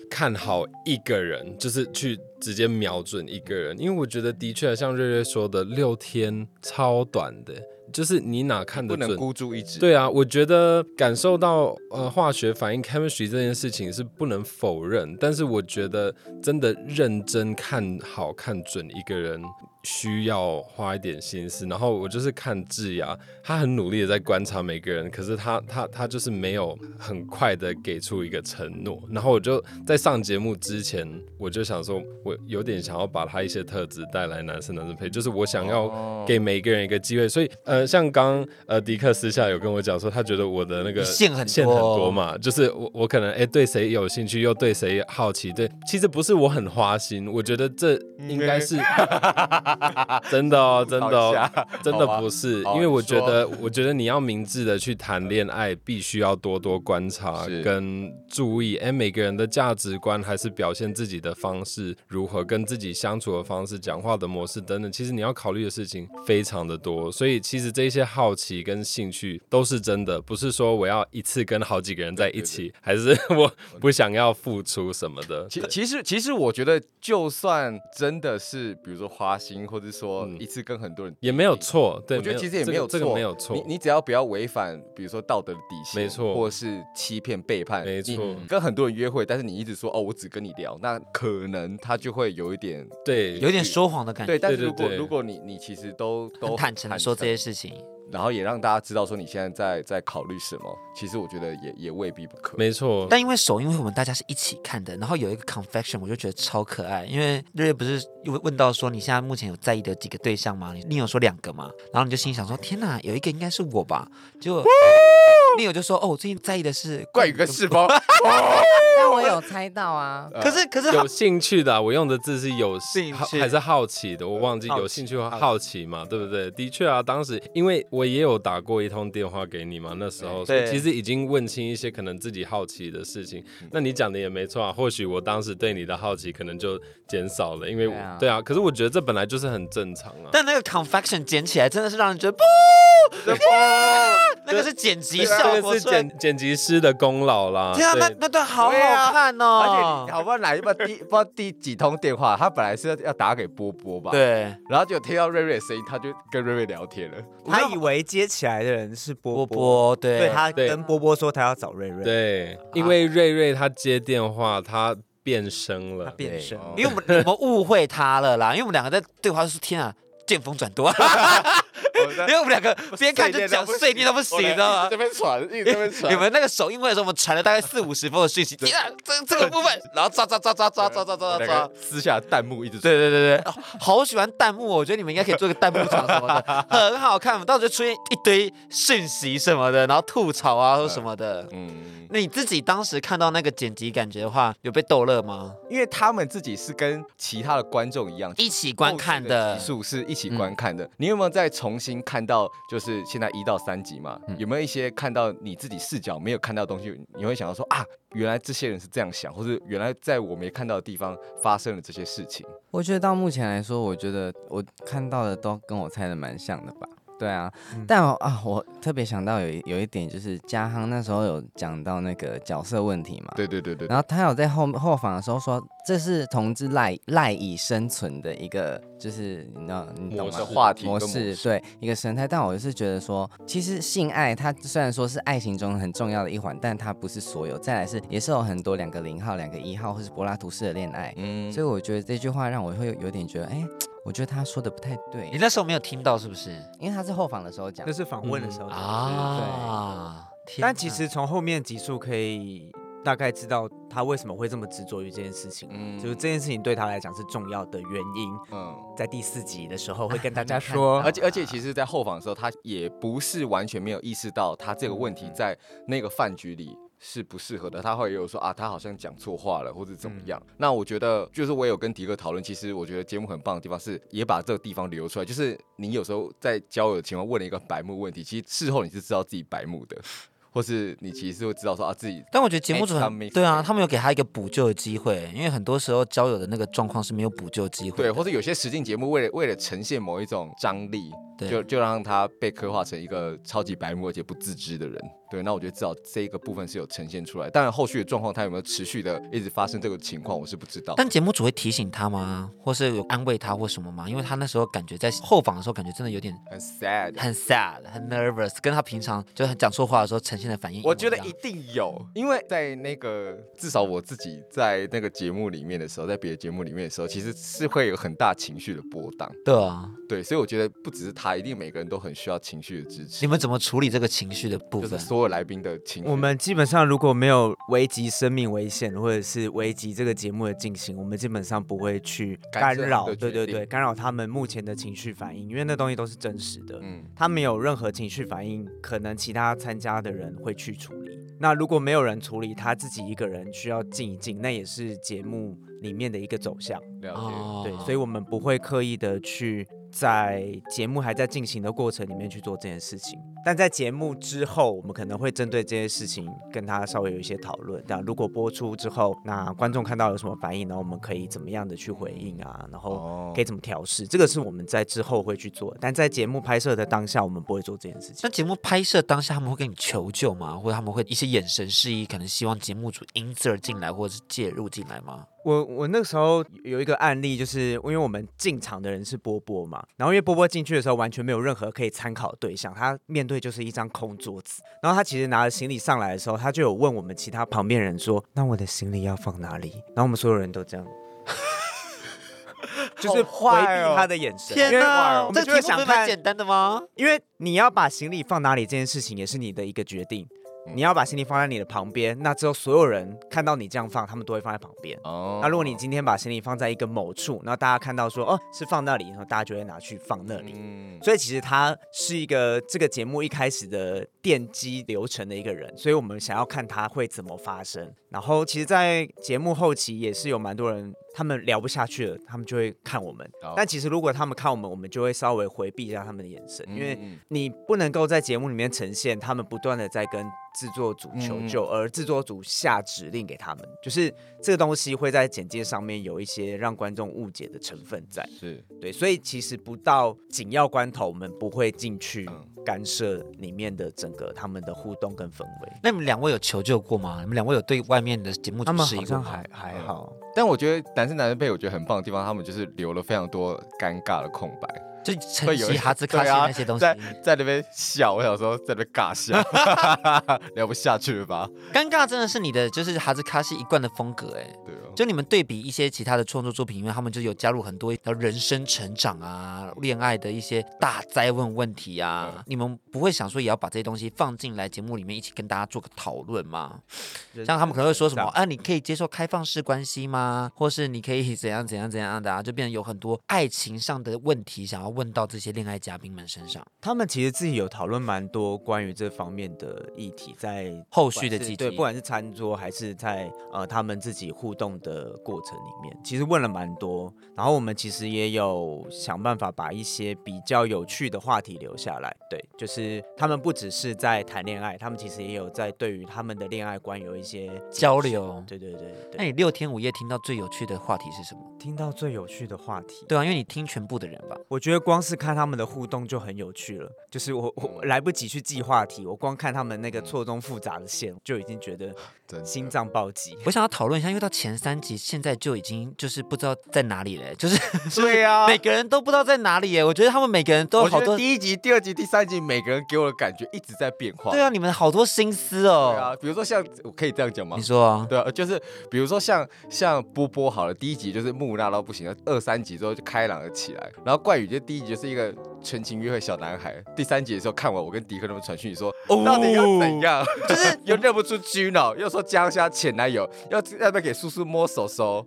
Speaker 5: 看好一个人，就是去直接瞄准一个人，因为我觉得的确像瑞瑞说的，六天超短的，就是你哪看
Speaker 3: 不
Speaker 5: 得
Speaker 3: 能
Speaker 5: 准？
Speaker 3: 孤注一掷。
Speaker 5: 对啊，我觉得感受到呃化学反应 chemistry 这件事情是不能否认，但是我觉得真的认真看好看准一个人需要花一点心思。然后我就是看智雅，她很努力的在观察每个人，可是她她她就是没有很快的给出一个承诺。然后我就在上节目之前，我就想说，我有点想要把她一些特质带来男生男生配，就是我想要
Speaker 3: 哦
Speaker 5: 给每一个人一个机会。所以，呃，像刚刚呃迪克私下有跟我讲说，他觉得我的那个
Speaker 2: 你线很多
Speaker 5: 线很多嘛，就是我我可能哎对谁有兴趣，又对谁好奇，对，其实不是我很花心，我觉得这应该是真的哦，真的
Speaker 3: 好
Speaker 5: 哦
Speaker 3: 吓，
Speaker 5: 真的不是，
Speaker 3: 好吧好
Speaker 5: 因为我
Speaker 3: 哦你
Speaker 5: 觉
Speaker 3: 说
Speaker 5: 得我觉得你要明智的去谈恋爱，必须要多多观察
Speaker 3: 是
Speaker 5: 跟注意，哎，每个人的价值观还是表现自己的方式，如何跟自己相处的方式、讲话的模式等等，其实你要考虑的事情非常的多，所以其实这些好奇跟兴趣都是真的，不是说我要一次跟好几个人在一起，还是 我不想要付出什么的。
Speaker 3: 其
Speaker 5: 对
Speaker 3: 其实其实我觉得，就算真的是比如说花心，或者说
Speaker 5: 嗯
Speaker 3: 一次跟很多人，
Speaker 5: 也没有错，对，
Speaker 3: 我觉得其实也
Speaker 5: 这
Speaker 3: 没
Speaker 5: 个
Speaker 3: 有错，
Speaker 5: 这个没有错，
Speaker 3: 你你只要不要违反，比如说道德的底线，
Speaker 5: 没错
Speaker 3: 或是欺骗、背叛，
Speaker 5: 没错
Speaker 3: 你跟很多人约会，但是你一直说哦，我只跟你聊，那可能他就会有一点
Speaker 5: 对，
Speaker 2: 有点说谎的感
Speaker 3: 对。
Speaker 2: 觉，
Speaker 3: 但是如
Speaker 5: 嗯对
Speaker 3: 果
Speaker 5: 对
Speaker 3: 如果你你其实都都
Speaker 2: 嗯很坦诚的说这些事情。
Speaker 3: 然后也让大家知道说你现在在在考虑什么，其实我觉得也也未必不可。
Speaker 5: 没错，
Speaker 2: 但因为首映会我们大家是一起看的，然后有一个 confection，我就觉得超可爱。因为瑞瑞不是问问到说你现在目前有在意的几个对象吗？你你有说两个嘛？然后你就心里想说天哪，有一个应该是我吧？结果你有就说哦，我最近在意的是
Speaker 3: 怪宇跟 世芳，
Speaker 6: 但我有猜到啊，
Speaker 2: 可是 可是
Speaker 5: 有兴趣的啊、我用的字是有
Speaker 2: 兴
Speaker 5: 好
Speaker 2: 趣
Speaker 5: 还是好奇的，我忘记
Speaker 2: 好奇
Speaker 5: 有兴趣和好奇嘛，对不对？的确啊，当时因为我也有打过一通电话给你嘛，那时候所以
Speaker 2: 嗯对嗯
Speaker 5: 其实已经问清一些可能自己好奇的事情。那你讲的也没错啊，或许我当时对你的好奇可能就减少了，因为我
Speaker 1: 对啊
Speaker 5: 对啊，可是我觉得这本来就是很正常啊。
Speaker 2: 但那个 confection 剪起来真的是让人觉得不， 那个是剪辑效
Speaker 5: 这
Speaker 2: 果
Speaker 5: 啊个是
Speaker 2: 出来的。啊
Speaker 5: 剪剪辑师的功劳啦，
Speaker 2: 天啊，那
Speaker 5: 对
Speaker 2: 那段好好
Speaker 3: 对啊
Speaker 2: 看
Speaker 3: 而
Speaker 2: 哦
Speaker 3: 且！好不好哪一把第不知道第几通电话，他本来是要要打给波波吧，，
Speaker 2: 对，
Speaker 3: 然后就听到瑞瑞的声音，他就跟瑞瑞聊天了。
Speaker 4: 他以为接起来的人是波
Speaker 2: 波
Speaker 4: 波，
Speaker 2: 波
Speaker 4: 所
Speaker 2: 对
Speaker 4: 以他
Speaker 5: 对
Speaker 4: 跟波波说他要找瑞瑞，，
Speaker 2: 啊
Speaker 5: 对，因为瑞瑞他接电话，他变声了，哦
Speaker 4: 变身。
Speaker 2: 因为我们我们误会他了啦，因为我们两个在对话就说天啊，见风转舵，因为我们两个边看就讲碎念到不行，你知道
Speaker 5: 啊
Speaker 2: 吗？
Speaker 3: 这边传，一直这边 传。
Speaker 2: 你们那个首映会的时候，我们传了大概四五十封的讯息，天啊，这这个部分，然后抓抓抓抓抓抓抓抓抓抓。
Speaker 3: 私下弹幕一直
Speaker 2: 对对对对，哦好喜欢弹幕哦，我觉得你们应该可以做个弹幕场什么的，很好看。我们到时候就出现一堆讯息什么的，然后吐槽啊或什么的。
Speaker 3: 嗯，
Speaker 2: 那你自己当时看到那个剪辑感觉的话，有被逗乐吗？
Speaker 3: 因为他们自己是跟其他的观众一样。
Speaker 2: 一起观看哦的
Speaker 3: 集，数是一起观看的，你有没有再重新看到？就是现在一到三集嘛，有没有一些看到你自己视角没有看到的东西？你会想到说啊，原来这些人是这样想，或者原来在我没看到的地方发生了这些事情。
Speaker 1: 我觉得到目前来说，我觉得我看到的都跟我猜的蛮像的吧。对啊，
Speaker 2: 嗯
Speaker 1: 但我啊，我特别想到有一有一点，就是嘉亨那时候有讲到那个角色问题嘛，
Speaker 3: 对对对对，
Speaker 1: 然后他有在后后访的时候说，这是同志赖赖以生存的一个，就是你知道你懂
Speaker 5: 模
Speaker 1: 吗
Speaker 5: 式？
Speaker 3: 话题跟
Speaker 1: 模
Speaker 3: 模
Speaker 1: 式
Speaker 3: 式
Speaker 1: 对一个生态，但我是觉得说，其实性爱它虽然说是爱情中很重要的一环，但它不是所有。再来是也是有很多两个零号、两个一号或是柏拉图式的恋爱，
Speaker 3: 嗯
Speaker 1: 所以我觉得这句话让我会有有点觉得，哎，我觉得他说的不太对
Speaker 2: 你，那时候没有听到是不是？
Speaker 1: 因为他是后访的时候讲
Speaker 4: 那，是访问的时候讲的
Speaker 2: 啊，天哪
Speaker 4: 但其实从后面集数可以大概知道他为什么会这么执着于这件事情，
Speaker 3: 嗯
Speaker 4: 就是这件事情对他来讲是重要的原因。
Speaker 3: 嗯。
Speaker 4: 在第四集的时候会跟大家
Speaker 1: 啊
Speaker 4: 说
Speaker 3: 而，且而且，其实，在后访的时候，他也不是完全没有意识到他这个问题在那个饭局里是不适合的。他会有说啊，他好像讲错话了，或者怎么样。那我觉得，就是我有跟迪哥讨论，其实我觉得节目很棒的地方是，也把这个地方留出来。就是你有时候在交友的情况问了一个白目问题，其实事后你是知道自己白目的，或是你其实会知道说啊自己
Speaker 2: 但我觉得节目组
Speaker 3: Extra
Speaker 2: 很
Speaker 3: mix
Speaker 2: 对啊，他们有给他一个补救的机会，因为很多时候交友的那个状况是没有补救机会
Speaker 3: 对，
Speaker 2: 的。
Speaker 3: 或者有些实境节目为了为了呈现某一种张力，
Speaker 2: 对
Speaker 3: 就就让他被刻画成一个超级白目而且不自知的人。对，那我觉得至少这一个部分是有呈现出来。当然后续的状况，他有没有持续的一直发生这个情况，我是不知道。
Speaker 2: 但节目组会提醒他吗？或是有安慰他或什么吗？因为他那时候感觉在后访的时候，感觉真的有点
Speaker 3: 很 sad，
Speaker 2: 很 sad、很 nervous，跟他平常就是讲错话的时候呈现的反应模
Speaker 3: 我
Speaker 2: 样。
Speaker 3: 觉得一定有，因为在那个至少我自己在那个节目里面的时候，在别的节目里面的时候，其实是会有很大情绪的波荡。
Speaker 2: 对啊，
Speaker 3: 对，所以我觉得不只是他，一定每个人都很需要情绪的支持
Speaker 2: 你。们怎么处理这个情绪的部
Speaker 3: 就是
Speaker 2: 分？
Speaker 3: 所有来宾的情绪，
Speaker 4: 我们基本上如果没有危及生命危险，或者是危及这个节目的进行，我们基本上不会去干
Speaker 3: 干涉他们
Speaker 4: 扰，
Speaker 3: 的
Speaker 4: 对
Speaker 3: 决
Speaker 4: 对
Speaker 3: 定
Speaker 4: 对，干扰他们目前的情绪反应，因为那东西都是真实的。
Speaker 3: 嗯，
Speaker 4: 他没有任何情绪反应，可能其他参加的人会去处理。那如果没有人处理，他自己一个人需要静一静，那也是节目里面的一个走向。
Speaker 3: 了解。
Speaker 2: 哦
Speaker 4: 对，所以我们不会刻意的去在节目还在进行的过程里面去做这件事情，但在节目之后，我们可能会针对这件事情跟他稍微有一些讨论。啊那如果播出之后，那观众看到有什么反应，然后我们可以怎么样的去回应啊，然后
Speaker 3: 哦
Speaker 4: 可以怎么调试，这个是我们在之后会去做的，但在节目拍摄的当下，我们不会做这件事情
Speaker 2: 那。节目拍摄当下，他们会跟你求救吗？或者他们会一些眼神示意，可能希望节目组因此而进来，或者是介入进来吗？
Speaker 4: 我我那时候有一个案例，就是因为我们进场的人是波波嘛，然后因为波波进去的时候完全没有任何可以参考的对象，他面对就是一张空桌子，然后他其实拿着行李上来的时候，他就有问我们其他旁边人说：“那我的行李要放哪里？”然后我们所有人都这样。就是回避他的眼神，因为哦我
Speaker 2: 这
Speaker 4: 们就
Speaker 2: 个
Speaker 4: 会
Speaker 2: 题目不
Speaker 4: 想
Speaker 2: 是
Speaker 4: 看
Speaker 2: 蛮简单的吗？
Speaker 4: 因为你要把行李放哪里这件事情也是你的一个决定。你要把行李放在你的旁边，那之后所有人看到你这样放，他们都会放在旁边。
Speaker 3: 哦
Speaker 4: 那如果你今天把行李放在一个某处，然后大家看到说哦是放那里，然后大家就会拿去放那里。
Speaker 3: 嗯，
Speaker 4: 所以其实他是一个这个节目一开始的奠基流程的一个人，所以我们想要看他会怎么发生。然后其实，在节目后期也是有蛮多人，他们聊不下去了，他们就会看我们。
Speaker 3: 好
Speaker 4: 但其实如果他们看我们，我们就会稍微回避一下他们的眼神，因为
Speaker 3: 嗯
Speaker 4: 你不能够在节目里面呈现他们不断的在跟制作组求
Speaker 2: 嗯
Speaker 4: 救，而制作组下指令给他们，就是这个东西会在简介上面有一些让观众误解的成分在。
Speaker 3: 是
Speaker 4: 对，所以其实不到紧要关头，我们不会进去
Speaker 3: 嗯
Speaker 4: 干涉里面的整个他们的互动跟氛围。
Speaker 2: 那你们两位有求救过吗？你们两位有对外面的节目
Speaker 4: 他
Speaker 2: 组
Speaker 4: 们
Speaker 2: 示
Speaker 4: 好
Speaker 2: 意过
Speaker 4: 像
Speaker 2: 吗
Speaker 4: 还？还好，
Speaker 3: 但我觉得男生男生配我觉得很棒的地方，他们就是留了非常多尴尬的空白，
Speaker 2: 就晨
Speaker 3: 会有
Speaker 2: 曦、
Speaker 3: 一
Speaker 2: 哈兹卡西
Speaker 3: 对啊
Speaker 2: 那些东西，
Speaker 3: 在在那边笑，我想说在那边尬笑， 聊不下去了吧？
Speaker 2: 尴尬真的是你的，就是哈兹卡西一贯的风格哎。
Speaker 3: 对哦，
Speaker 2: 就你们对比一些其他的创作作品，因为他们就有加入很多人生成长啊、恋爱的一些大灾问问题啊，你们不会想说也要把这些东西放进来节目里面一起跟大家做个讨论吗？像他们可能会说什么
Speaker 4: 人生成长
Speaker 2: 啊，你可以接受开放式关系吗？或是你可以怎样怎样怎样的啊，就变成有很多爱情上的问题想要问到这些恋爱嘉宾们身上。
Speaker 4: 他们其实自己有讨论蛮多关于这方面的议题，在
Speaker 2: 后
Speaker 4: 不管
Speaker 2: 续的
Speaker 4: 是
Speaker 2: 季
Speaker 4: 对，
Speaker 2: 节
Speaker 4: 不管是餐桌还是在呃他们自己互动的过程里面，其实问了蛮多。然后我们其实也有想办法把一些比较有趣的话题留下来。对，就是他们不只是在谈恋爱，他们其实也有在对于他们的恋爱观有一些解释
Speaker 2: 交流哎
Speaker 4: 对对对对
Speaker 2: 那你六天五夜听到最有趣的话题是什么？
Speaker 4: 听到最有趣的话题，
Speaker 2: 对啊，因为你听全部的人吧，
Speaker 4: 我觉得光是看他们的互动就很有趣了。就是我我来不及去记话题，我光看他们那个错综复杂的线，就已经觉得
Speaker 3: 真的
Speaker 4: 心脏暴击。
Speaker 2: 我想要讨论一下，因为到前三集现在就已经就是不知道在哪里了，就是
Speaker 3: 对 呀
Speaker 2: 每个人都不知道在哪里耶。我觉得他们每个人都有
Speaker 3: 啊我
Speaker 2: 好
Speaker 3: 觉
Speaker 2: 多
Speaker 3: 得，第一集、第二集、第三集，每个人给我的感觉一直在变化。
Speaker 2: 对啊，你们好多心思
Speaker 3: 对
Speaker 2: 哦。
Speaker 3: 啊，比如说像我可以这样讲吗
Speaker 2: 你？说啊，
Speaker 3: 对啊，就是比如说像像波波好了，第一集就是木讷到不行，二三集之后就开朗了起来。然后冠宇就第一集就是一个纯情约会小男孩，第三集的时候看完，我跟迪克他们传讯息说，
Speaker 2: 哦
Speaker 3: 到底要怎样？ 就是又认不出 Gino，又说江虾前男友，要要不要给叔叔摸手手？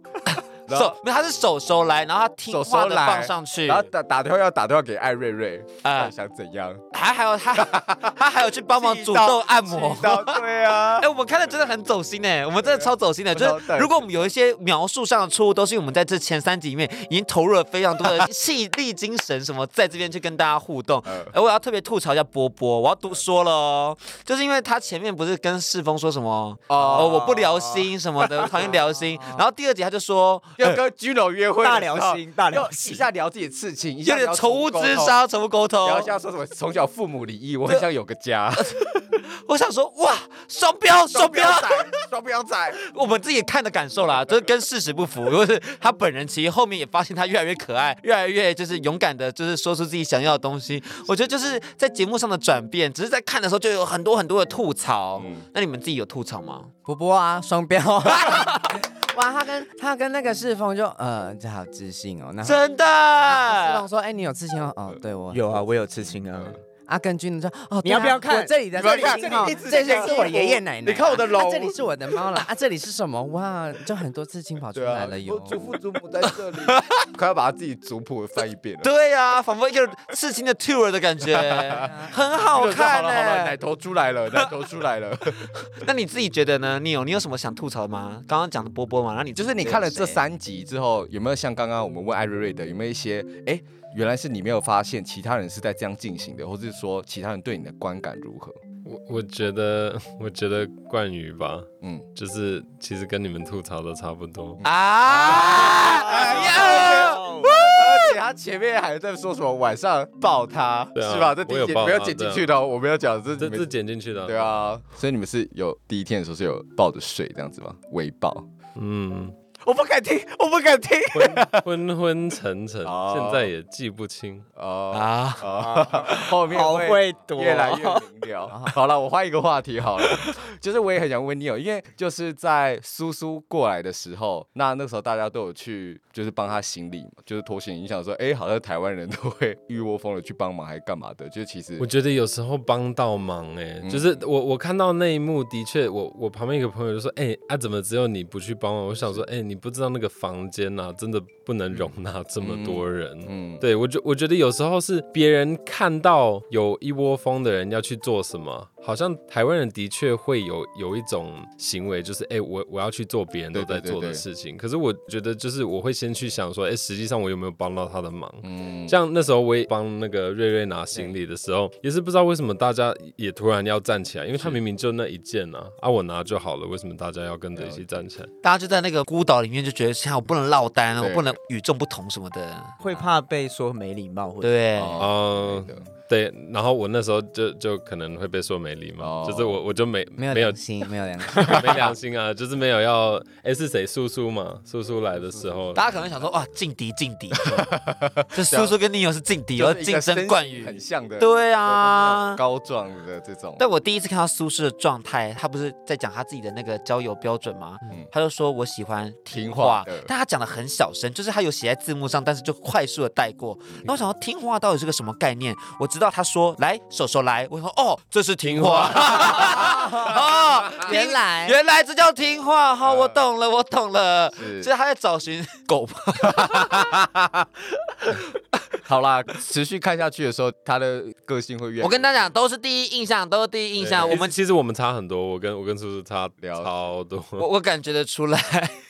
Speaker 3: 然后
Speaker 2: 手没有，他是手收来，然后他听
Speaker 3: 手
Speaker 2: 话
Speaker 3: 收
Speaker 2: 的
Speaker 3: 来
Speaker 2: 放上去，
Speaker 3: 然后打打电话要打电话给艾瑞瑞，
Speaker 2: 啊
Speaker 3: 到底想怎样？
Speaker 2: 还还有他他还有去帮忙
Speaker 3: 气
Speaker 2: 主
Speaker 3: 到
Speaker 2: 动按摩。
Speaker 3: 气到对啊
Speaker 2: 哎、，我们看的真的很走心哎，我们真的超走心的。
Speaker 3: 不知道
Speaker 2: 就
Speaker 3: 到
Speaker 2: 是
Speaker 3: 底
Speaker 2: 如果我们有一些描述上的错误，都是因为我们在这前三集里面已经投入了非常多的气力、精神什么，在这边去跟大家互动。
Speaker 3: 嗯
Speaker 2: 而我要特别吐槽一下波波，我要都说了哦，就是因为他前面不是跟世峰说什么哦，我不聊心什么的，讨厌聊心。然后第二集他就说
Speaker 3: 要跟 Gino 约会的时候，
Speaker 4: 大聊心大聊
Speaker 3: 又
Speaker 4: 心
Speaker 3: 一下聊自己的事情，一
Speaker 2: 有
Speaker 3: 下
Speaker 2: 点
Speaker 3: 聊
Speaker 2: 宠物
Speaker 3: 沟
Speaker 2: 之
Speaker 3: 通
Speaker 2: 杀、宠物沟通。
Speaker 3: 然后像说什么从小父母离异，我很想有个家，
Speaker 2: 我想说哇，双标双标。
Speaker 3: 仔，呃双标仔，
Speaker 2: 我们自己看的感受 啦，就是跟事实不符。就是他本人其实后面也发现他越来越可爱，越来越就是勇敢的，就是说出自己想要的东西。我觉得就是在节目上的转变，只是在看的时候就有很多很多的吐槽。
Speaker 3: 嗯
Speaker 2: 那你们自己有吐槽吗？
Speaker 1: 波波啊，双标。 哇，他跟他跟那个世峰就呃，这好自信
Speaker 3: 啊
Speaker 1: 哦。那世
Speaker 2: 真
Speaker 1: 峰
Speaker 2: 的，
Speaker 1: 说：“哎、你有刺青哦？哦，对我
Speaker 4: 有啊，我有刺青啊。
Speaker 1: 阿根君说：“哦，
Speaker 4: 你
Speaker 1: 对啊
Speaker 4: 要不要看
Speaker 1: 我这里的
Speaker 3: 你要
Speaker 1: 这
Speaker 3: 不
Speaker 1: 里
Speaker 3: 要
Speaker 1: 是
Speaker 3: 看
Speaker 1: 哦
Speaker 3: 这里一直
Speaker 1: 这
Speaker 3: 在
Speaker 1: 里是我爷爷奶奶啊，
Speaker 3: 你看我的
Speaker 1: 啊
Speaker 3: 龙
Speaker 1: 这里是我的猫 了啊，这里是什么？哇，就很多刺青跑出
Speaker 3: 对
Speaker 1: 来
Speaker 3: 啊
Speaker 1: 了，哟
Speaker 3: 我。祖父祖母在这里， 快要把他自己族谱翻一遍了。
Speaker 2: 对呀、仿佛一个刺青的 tour 的感 觉，很好
Speaker 3: 就是好
Speaker 2: 看
Speaker 3: 了
Speaker 2: 呢、
Speaker 3: 好了，奶头出来了，奶 头出来了。
Speaker 2: 那你自己觉得呢？你有你有什么想吐槽吗？刚刚讲的波波嘛，那你
Speaker 3: 就是你看了这三集之后，有没有像刚刚我们问艾瑞瑞的，有没有一些哎、诶原来是你没有发现其他人是在这样进行的，或是说其他人对你的观感如何？
Speaker 5: 我我觉得，我觉得冠宇吧，
Speaker 3: 嗯，
Speaker 5: 就是其实跟你们吐槽的差不多。
Speaker 2: 啊
Speaker 3: 啊
Speaker 2: 哎呀
Speaker 3: 而且他前面还在说什么晚上抱他，
Speaker 5: 对啊
Speaker 3: 是吧？这第
Speaker 5: 我
Speaker 3: 一
Speaker 5: 有
Speaker 3: 节
Speaker 5: 抱
Speaker 3: 没有
Speaker 5: 他
Speaker 3: 剪进
Speaker 5: 对啊
Speaker 3: 去的哦，我没有讲，这
Speaker 5: 这
Speaker 3: 你们
Speaker 5: 这剪进去的，
Speaker 2: 嗯
Speaker 3: 对，啊，所以你们是有第一天的时候是有抱着睡这样子吗？微抱？
Speaker 5: 嗯，
Speaker 4: 我不敢听，我不敢听。
Speaker 5: 昏昏昏沉沉，
Speaker 3: 哦
Speaker 5: 现在也记不清。
Speaker 3: 哦、
Speaker 2: 啊！
Speaker 3: 哦，后面
Speaker 4: 好会躲
Speaker 3: 越来越明 了。好了，我换一个话题好了，就是我也很想问 Neil，因为就是在苏苏过来的时候，那那时候大家都有去就是帮他行礼嘛，就是拖行李，你想说，哎、好像台湾人都会一窝蜂的去帮忙，还干嘛的？就 其实
Speaker 5: 我觉得有时候帮到忙哎、
Speaker 3: 嗯
Speaker 5: 就是我我看到那一幕，的确，我我旁边一个朋友就说，哎、啊怎么只有你不去帮忙？我想说，哎、你不知道那个房间呐、真的不能容纳这么多人。
Speaker 3: 嗯，
Speaker 5: 对我觉我觉得有时候是别人看到有一窝蜂的人要去做什么，好像台湾人的确会有有一种行为，就是哎、我我要去做别人都在
Speaker 3: 对对对
Speaker 5: 做的
Speaker 3: 对
Speaker 5: 事情。可是我觉得就是我会先去想说，哎、实际上我有没有帮到他的忙？
Speaker 3: 嗯，
Speaker 5: 像那时候我也帮那个瑞瑞拿行李的时候，也是不知道为什么大家也突然要站起来，因为他明明就那一件啊，啊我拿就好了，为什么大家要跟着一起站起来？
Speaker 2: 大家就在那个孤岛里面就觉得，像我不能落单，我
Speaker 3: 对
Speaker 2: 不能与众不同什么的，
Speaker 4: 会怕被说没礼貌，或者
Speaker 2: 对，
Speaker 5: 哦
Speaker 3: 对的
Speaker 5: 对，然后我那时候就就可能会被说没礼貌，
Speaker 3: 哦
Speaker 5: 就是我我就没
Speaker 1: 没有
Speaker 5: 没有
Speaker 1: 良心，没有良心。
Speaker 5: 没良心啊， 就是没有要哎、是谁苏苏嘛？苏苏来的时候，
Speaker 2: 大家可能想说，哇，劲敌劲 敌，这叔叔跟女友是劲敌，而
Speaker 3: 啊就是一个
Speaker 2: 竞争冠
Speaker 3: 身形
Speaker 2: 宇，
Speaker 3: 很像的，
Speaker 2: 对啊。
Speaker 3: 高壮的这种，
Speaker 2: 但我第一次看到苏轼的状态，他不是在讲他自己的那个交友标准吗？
Speaker 3: 嗯
Speaker 2: 他就说我喜欢听
Speaker 3: 听
Speaker 2: 话
Speaker 3: 话，的
Speaker 2: 但他讲的很小声，就是他有写在字幕上，但是就快速的带过。然后我想说听话到底是个什么概念？我知道他说来手手来，我说哦，这是听话。 哦，听
Speaker 6: 原来
Speaker 2: 原来这叫听话哈，
Speaker 3: 呃
Speaker 2: 我懂了，我懂了。
Speaker 3: 是
Speaker 2: 所以他在找寻嗯狗吧？
Speaker 3: 好啦，持续看下去的时候，他的个性会越来越
Speaker 2: 我跟大家讲，都是第一印象，都是第一印象。
Speaker 5: 其
Speaker 2: 我
Speaker 5: 实
Speaker 2: 们
Speaker 5: 其实我们差很多，我跟我跟苏苏差
Speaker 3: 了
Speaker 5: 超多。
Speaker 2: 我我感觉得出来，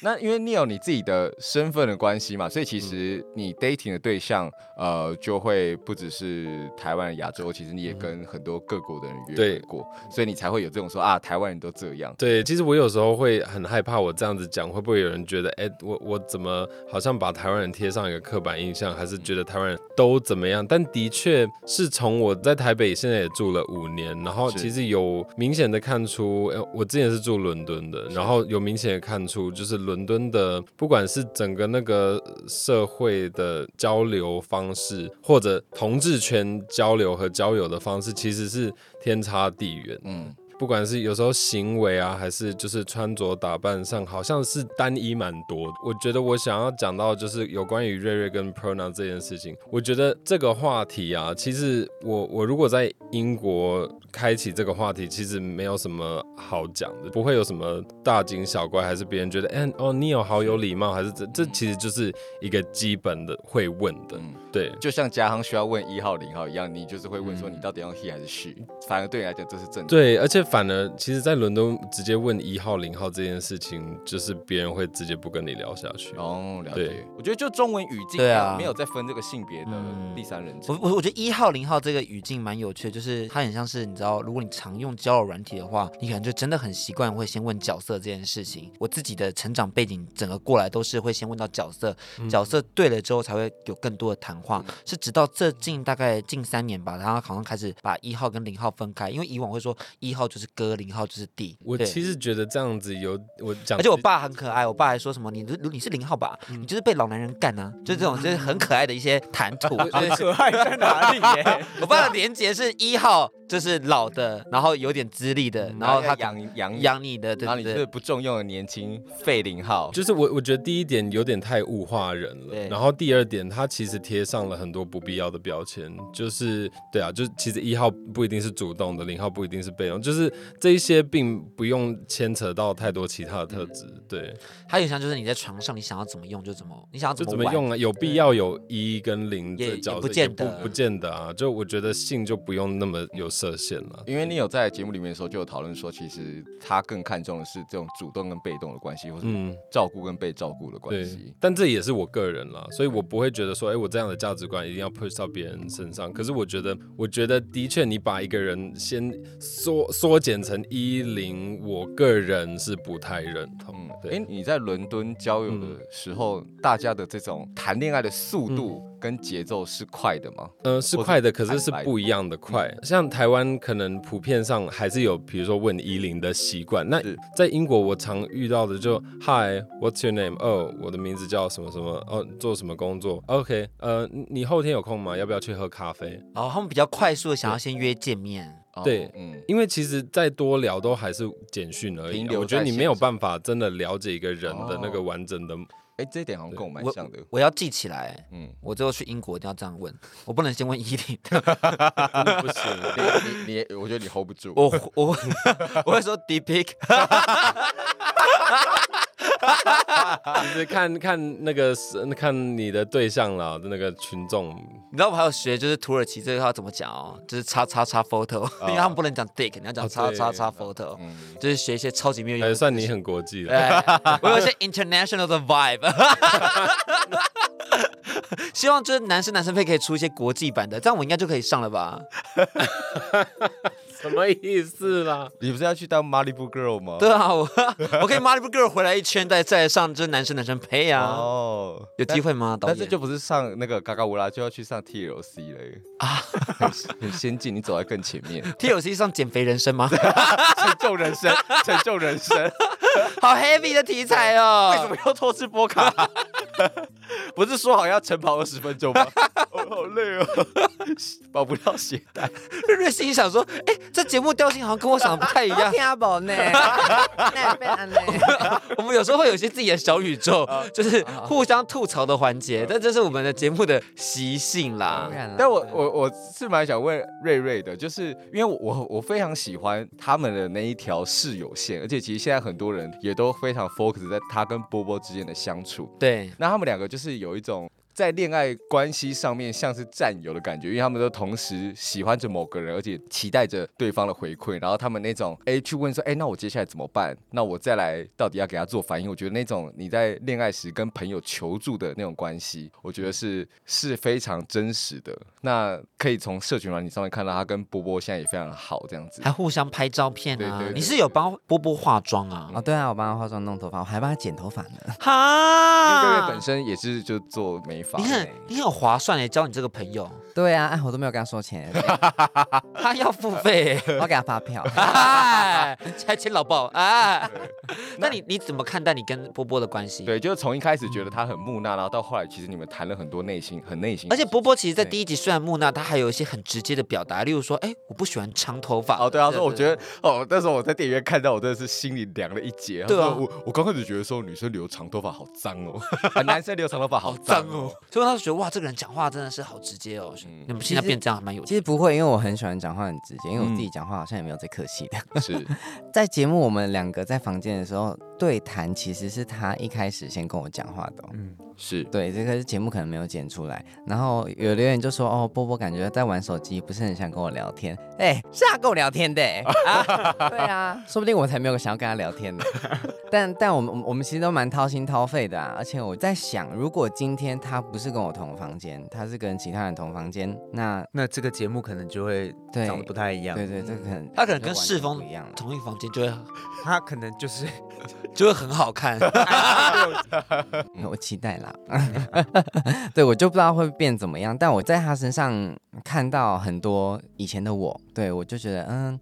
Speaker 3: 那因为你有你自己的身份的关系嘛，所以其实你 dating 的对象，呃，就会不只是台湾、亚洲，其实你也跟很多各国的人约会
Speaker 5: 对
Speaker 3: 过，所以你才会有这种说啊，台湾人都这样。
Speaker 5: 对，其实我有时候会很害怕，我这样子讲会不会有人觉得，哎，我我怎么好像把台湾人贴上一个刻板印象，还是觉得台湾人都怎么样，但的确是从我在台北现在也住了五年，然后
Speaker 3: 是
Speaker 5: 其实有明显的看出，呃，我之前是住伦敦的，然后有明显的看出，就是伦敦的不管是整个那个社会的交流方式，或者同志圈交流和交友的方式，其实是天差地远。
Speaker 3: 嗯，
Speaker 5: 不管是有时候行为啊，还是就是穿着打扮上，好像是单一蛮多的。我觉得我想要讲到就是有关于瑞瑞跟 pronoun 这件事情，我觉得这个话题啊，其实我我如果在英国开启这个话题，其实没有什么好讲的，不会有什么大惊小怪，还是别人觉得哎、哦你有好有礼貌，还是这这其实就是一个基本的会问的
Speaker 3: 嗯，
Speaker 5: 对。
Speaker 3: 就像家航需要问一号零号一样，你就是会问说你到底要 he 还是 she，反而对你来讲这是正常。
Speaker 5: 对，而且反而，其实，在伦敦直接问一号、零号这件事情，就是别人会直接不跟你聊下去。
Speaker 3: 哦，了解
Speaker 5: 对。
Speaker 3: 我觉得就中文语境
Speaker 2: 对啊
Speaker 3: 没有在分这个性别的
Speaker 2: 嗯
Speaker 3: 第三人
Speaker 2: 我
Speaker 3: 称。
Speaker 2: 我我觉得一号零号这个语境蛮有趣的，就是它很像是你知道，如果你常用交友软体的话，你可能就真的很习惯会先问角色这件事情。我自己的成长背景整个过来都是会先问到角色，
Speaker 5: 嗯
Speaker 2: 角色对了之后才会有更多的谈话。是直到这近大概近三年吧，然后好像开始把一号跟零号分开，因为以往会说一号就是哥，零号就是弟。
Speaker 5: 我
Speaker 2: 对
Speaker 5: 其实觉得这样子有我讲，
Speaker 2: 而且我爸很可爱，我爸还说什么你你是零号吧，
Speaker 5: 嗯
Speaker 2: 你就是被老男人干啊，就这种就是很可爱的一些谈 吐，就是
Speaker 4: 可爱在哪里耶？
Speaker 2: 我爸的连接是一号，就是老的，然后有点资历的，然后他
Speaker 3: 嗯要养养，
Speaker 2: 养你的，对
Speaker 3: 然后
Speaker 2: 不
Speaker 3: 你是
Speaker 2: 对？
Speaker 3: 不重用的年轻废零号，
Speaker 5: 就是我，我觉得第一点有点太物化人
Speaker 2: 对
Speaker 5: 了，然后第二点，他其实贴上了很多不必要的标签，就是对啊，就是其实一号不一定是主动的，零号不一定是被动，就是这一些并不用牵扯到太多其他的特质，对，
Speaker 2: 他有点像就是你在床上，你想要怎么用就怎么，你想要
Speaker 5: 就
Speaker 2: 怎
Speaker 5: 怎
Speaker 2: 么
Speaker 5: 么
Speaker 2: 玩
Speaker 5: 用啊？有必要有一跟零
Speaker 2: 也
Speaker 5: 这角
Speaker 2: 也
Speaker 5: 色
Speaker 2: 不见得
Speaker 5: 也不不见得啊。就我觉得性就不用那么有设限了。
Speaker 3: 因为你有在节目里面的时候就有讨论说，其实他更看重的是这种主动跟被动的关系，或是
Speaker 5: 嗯，
Speaker 3: 照顾跟被照顾的关
Speaker 5: 对
Speaker 3: 系，。
Speaker 5: 但这也是我个人啦，所以我不会觉得说，哎、我这样的价值观一定要 push 到别人身上。可是我觉得，我觉得的确，你把一个人先缩缩减成一零，我个人是不太认同
Speaker 3: 嗯。，哎、
Speaker 5: 对，
Speaker 3: 你在伦敦交友
Speaker 2: 嗯
Speaker 3: 的时候，大家的这种谈恋爱的速度跟节奏是快的吗？
Speaker 5: 嗯、是
Speaker 3: 或是
Speaker 5: 快的，可是是
Speaker 3: 坦白的嗯
Speaker 5: 不一样的快。像台湾可能普遍上还是有，比如说问一零的习惯。那
Speaker 3: 是
Speaker 5: 在英国，我常遇到的就 Hi，What's your name？哦，我的名字叫什么什么？哦，做什么工作？OK，呃，你你后天有空吗？要不要去喝咖啡？
Speaker 2: 哦，他们比较快速的想要先约见面，
Speaker 3: 哦
Speaker 5: 对
Speaker 3: 嗯，
Speaker 5: 因为其实再多聊都还是简讯而已
Speaker 3: 停
Speaker 5: 啊。
Speaker 3: 留
Speaker 5: 我觉得
Speaker 3: 在
Speaker 5: 你
Speaker 3: 线
Speaker 5: 没有
Speaker 3: 上
Speaker 5: 办法真的了解一个人的那个
Speaker 3: 哦
Speaker 5: 完 整的。
Speaker 3: 哎、这一点好像跟我蛮
Speaker 2: 我
Speaker 3: 像的。
Speaker 2: 我要记起来。
Speaker 3: 嗯，
Speaker 2: 我之后去英国一定要这样问，我不能先问一零，
Speaker 5: 不行，
Speaker 3: 你你你，我觉得你 hold 不住。
Speaker 2: 我我 我会说 d p i c
Speaker 5: 就是看看那个是看你的对象啦，那个 群众。
Speaker 2: 你知道我还有学就是土耳其这个要怎么讲哦，就是叉叉叉 photo，、因为他们不能讲 dick，你要讲
Speaker 5: 哦
Speaker 2: 叉叉叉
Speaker 5: 对
Speaker 2: photo，、
Speaker 3: 嗯，
Speaker 2: 就是学一些超级没有用
Speaker 5: 哎，
Speaker 2: 的
Speaker 5: 算你很国际了。
Speaker 2: 对，我有一些 international 的 vibe。希望就是男生男生配可以出一些国际版的，这样我应该就可以上了吧？
Speaker 5: 什么意思啦？
Speaker 3: 你不是要去当 Malibu Girl 吗？
Speaker 2: 对啊，我 我可以 Malibu Girl 回来一圈，再再上就是男生男生配啊，
Speaker 3: 哦，
Speaker 2: 有机会吗？导
Speaker 3: 但
Speaker 2: 演，
Speaker 3: 是就不是上那个嘎嘎乌拉，就要去上 TLC 了 啊，很很先进，你走在更前面，
Speaker 2: TLC 上减肥人生 吗？
Speaker 3: 成就人 生，成就人生。
Speaker 2: 好 heavy 的题材哦！
Speaker 3: 为什么要偷吃波卡？ 不是说好要晨跑二十分钟吗？我好累 哦， 保不到鞋带。
Speaker 2: 瑞瑞心里想说，哎、这节目调性好像跟我想的不太一 样。
Speaker 6: 听不 呢？那也被安呢？
Speaker 2: 我们有时候会有一些自己的小宇宙，就是互相吐槽的环节，但这是我们的节目的习性啦
Speaker 6: 当。然了，
Speaker 3: 但我我我是蛮想问瑞瑞的，就是因为我我我非常喜欢他们的那一条室友线，而且其实现在很多人也都非常 focus 在他跟波波之间的相处。
Speaker 2: 对，
Speaker 3: 那他们两个就是有一种在恋爱关系上面像是战友的感觉，因为他们都同时喜欢着某个人，而且期待着对方的回馈。然后他们那种哎去问说，哎，那我接下来怎么办？那我再来到底要给他做反应？我觉得那种你在恋爱时跟朋友求助的那种关系，我觉得是是非常真实的。那可以从社群软体上面看到他跟波波现在也非常好这样子
Speaker 2: 还。互相拍照片
Speaker 3: 对
Speaker 2: 啊
Speaker 3: 对！对
Speaker 2: 你是有帮波波化妆啊？
Speaker 1: 哦，对啊，我帮他化妆弄头发，我还帮他剪头发呢。
Speaker 2: 哈
Speaker 3: 瑞瑞本身也是就做美欸法
Speaker 2: 你
Speaker 3: 呢。
Speaker 2: 看，你很有划算哎，交你这个朋 友，
Speaker 1: 对啊，哎，我都没有跟他收钱，
Speaker 2: 他要付 费
Speaker 1: 我给他发票。
Speaker 2: 哎，还签老鲍哎。那你你怎么看待你跟波波的关系？，
Speaker 3: 对，就是从一开始觉得他很木讷，然后到后来，其实你们谈了很多内心，很内心。
Speaker 2: 而且波波其实，在
Speaker 3: 对
Speaker 2: 第一集虽然木讷，他还有一些很直接的表达，例如说，哎，我不喜欢长头发。
Speaker 3: 哦，对啊，说我觉得哦，那时候我在电影院看到，我真的是心里凉了一截。
Speaker 2: 对啊
Speaker 3: 他说我我刚开始觉得说女生留长头发好脏哦，男生留长头发 好脏哦。，
Speaker 2: 所以我当时觉得哇，这个人讲话真的是好直接哦。
Speaker 3: 嗯
Speaker 2: 你们现在变这样还蛮有趣
Speaker 1: 其实不会，因为我很喜欢讲话很直接，因为我自
Speaker 3: 嗯
Speaker 1: 己讲话好像也没有最客气的。
Speaker 3: 是，
Speaker 1: 在节目我们两个在房间的时候对谈，其实是他一开始先跟我讲话的哦、
Speaker 3: 是，
Speaker 1: 对，这个是节目可能没有剪出来。然后有留言就说：“哦，波波感觉在玩手机，不是很想跟我聊天。哎，是他跟我聊天的、欸啊，对啊，说不定我才没有想要跟他聊天呢。
Speaker 2: 啊
Speaker 1: 但但我们我们我们其实都蛮掏心掏肺的啊。而且我在想，如果今天他不是跟我同房间，他是跟其他人同房间，那
Speaker 4: 那这个节目可能就会
Speaker 1: 对
Speaker 4: 长得不太一样，
Speaker 1: 对对，这个可能
Speaker 2: 他可能
Speaker 1: 就
Speaker 2: 跟
Speaker 1: 完
Speaker 2: 世
Speaker 1: 全
Speaker 2: 峰
Speaker 1: 不一样了。
Speaker 2: 同一房间就会
Speaker 4: 他可能就是
Speaker 2: 就会很好 看。
Speaker 1: 我期待啦。对，我就不知道会变怎么样，但我在他身上看到很多以前的我，对我就觉得，嗯，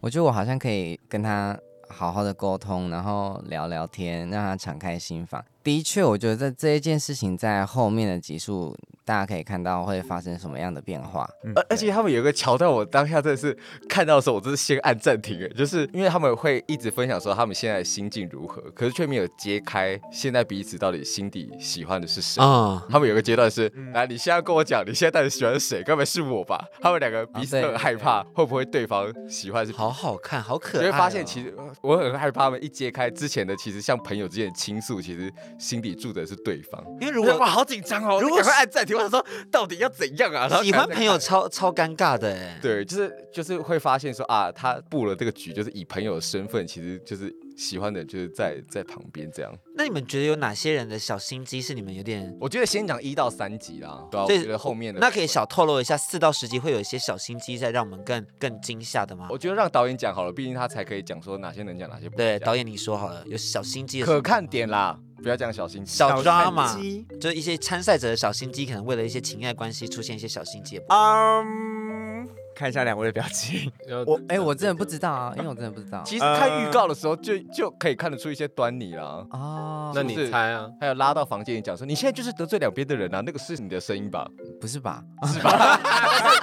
Speaker 1: 我觉得我好像可以跟他好好的沟通，然后聊聊天，让他敞开心房。的确，我觉得在这一件事情在后面的集数，大家可以看到会发生什么样的变化。
Speaker 3: 而而且他们有一个桥段，我当下真的是看到的时候，我真是先按暂停，哎，就是因为他们会一直分享说他们现在的心境如何，可是却没有揭开现在彼此到底心底喜欢的是谁。
Speaker 2: 啊，
Speaker 3: 他们有个阶段是，来，你现在跟我讲，你现在到底喜欢谁？该不会是我吧？他们两个彼
Speaker 2: 哦
Speaker 3: 此
Speaker 1: 啊对
Speaker 3: 都很害怕，会不会对方喜欢是彼此
Speaker 2: 好好看，好可
Speaker 3: 你
Speaker 2: 爱哦。
Speaker 3: 会发现，其实呃我很害怕，他们一揭开之前的，其实像朋友之间的倾诉，其实心底住的是对方。
Speaker 2: 因为如
Speaker 3: 我哇，
Speaker 2: 果
Speaker 3: 好紧张哦！
Speaker 2: 如果
Speaker 3: 赶快按暂停，我想说到底要怎样啊？然后
Speaker 2: 喜欢
Speaker 3: 赶快
Speaker 2: 朋友超超尴尬的哎。
Speaker 3: 对，就是就是会发现说啊，他布了这个局，就是以朋友的身份，其实就是喜欢的，就是在在旁边这样。
Speaker 2: 那你们觉得有哪些人的小心机是你们有点？
Speaker 3: 我觉得先讲一到三集啦，对啊，我
Speaker 2: 所以
Speaker 3: 觉得后面的
Speaker 2: 那可以小透露一下，四到十集会有一些小心机在让我们更更惊吓的吗
Speaker 3: 我？觉得让导演讲好了，毕竟他才可以讲说哪些能讲，哪些不能
Speaker 2: 对，
Speaker 3: 讲。
Speaker 2: 导演你说好了，有小心机的
Speaker 3: 可看点啦，不要讲小心机。
Speaker 2: 小抓
Speaker 4: 嘛
Speaker 2: 嘛，就是一些参赛者的小心机，可能为了一些情爱关系出现一些小心 机。
Speaker 4: 嗯，看一下两位的表 情，
Speaker 5: 要
Speaker 1: 我哎、我真的不知道啊，因为我真的不知道。
Speaker 3: 其实看预告的时候就就可以看得出一些端倪啦。
Speaker 1: 哦，
Speaker 5: 那
Speaker 3: 是不
Speaker 5: 你
Speaker 3: 是
Speaker 5: 猜啊？
Speaker 3: 还有拉到房间里讲说，你现在就是得罪两边的人啊，那个是你的声音 吧？
Speaker 1: 不是吧？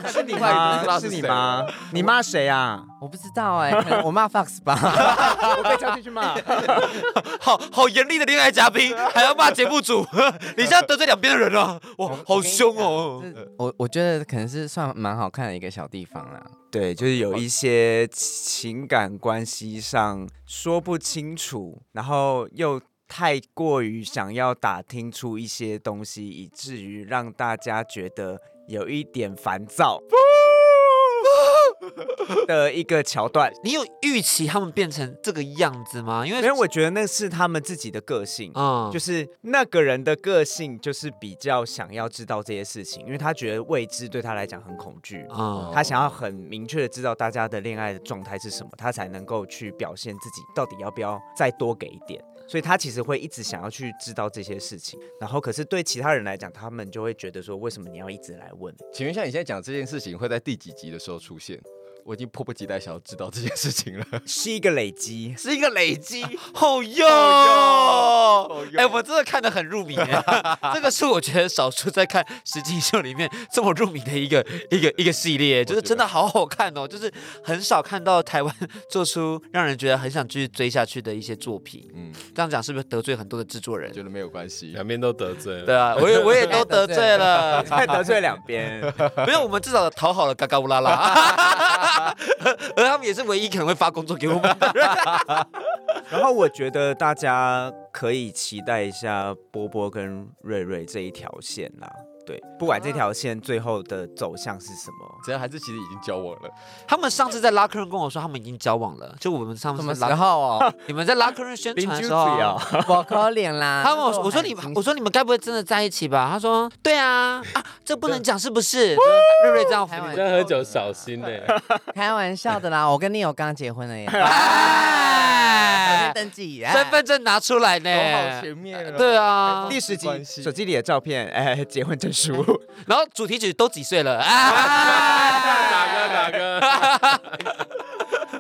Speaker 3: 是你
Speaker 4: 啊是你吗？你骂谁啊？
Speaker 1: 我不知道哎、可能我骂 Fox 吧。
Speaker 4: 我被叫进去骂，
Speaker 2: 好好严厉的恋爱嘉 宾，还要骂节目组， 你这样得罪两边的人啊！哇，好凶哦！
Speaker 1: 这我我觉得可能是算蛮好看的一个小地方啦。
Speaker 4: 对，就是有一些情感关系上说不清楚，然后又太过于想要打听出一些东西，以至于让大家觉得有一点烦躁的一个桥段。
Speaker 2: 你有预期他们变成这个样子吗？因为
Speaker 4: 因为我觉得那是他们自己的个性。
Speaker 2: 啊，
Speaker 4: 就是是那个人的个性，就是比较想要知道这些事情，因为他觉得未知对他来讲很恐惧。
Speaker 2: 啊，
Speaker 4: 他想要很明确的知道大家的恋爱的状态是什么，他才能够去表现自己到底要不要再多给一点。所以他其实会一直想要去知道这些事情，然后可是对其他人来讲，他们就会觉得说，为什么你要一直来问？
Speaker 3: 请问一下，你现在讲这件事情会在第几集的时候出现？我已经迫不及待想要知道这件事情了。
Speaker 4: 是一个累积，
Speaker 2: 是一个累积，好哟！哎，我真的看得很入迷耶，这个是我觉得少数在看《实境秀》里面这么入迷的一个一个一个系列，就是真的好好看哦，就是很少看到台湾做出让人觉得很想继续追下去的一些作品。
Speaker 3: 嗯，
Speaker 2: 这样讲是不是得罪很多的制作人
Speaker 3: 我？觉得没有关系。
Speaker 5: 两边都得罪了。
Speaker 2: 对啊，我也我也都得罪了，
Speaker 4: 快得罪两边。
Speaker 2: 没有，我们至少讨好了嘎嘎乌拉拉，而他们也是唯一可能会发工作给我们的人。
Speaker 4: 然后我觉得大家可以期待一下波波跟瑞瑞这一条线啦。对，不管这条线最后的走向是什么。
Speaker 3: 这样还是其实已经交往了，
Speaker 2: 他们上次在拉客人跟我说他们已经交往了，就我们上
Speaker 1: 什
Speaker 2: 次
Speaker 1: 么时
Speaker 2: 拉
Speaker 1: 候 哦？
Speaker 2: 你们在拉客人宣传的时候
Speaker 4: 邻居嘴
Speaker 2: 啊
Speaker 4: 啊，
Speaker 1: 我可怜啦！
Speaker 2: 他问我，我说你们，我说你们该不会真的在一起吧？他说，对啊，啊，这不能讲是不是？瑞瑞这样扶
Speaker 1: 开玩
Speaker 2: 你
Speaker 1: 笑
Speaker 5: 这样喝酒小心呢、
Speaker 1: 开玩笑的 啦，我跟你有刚结婚了耶，昨
Speaker 2: 哎
Speaker 1: 天，登记耶，
Speaker 2: 身份证拿出来
Speaker 4: 哎
Speaker 3: 好
Speaker 2: 呢。
Speaker 3: 前面哦
Speaker 2: 对啊，
Speaker 4: 第十集
Speaker 3: 关系
Speaker 4: 手机里的照片，哎，结婚 证书，
Speaker 2: 然后主题曲都几岁了？哎，
Speaker 5: 打哥打哥，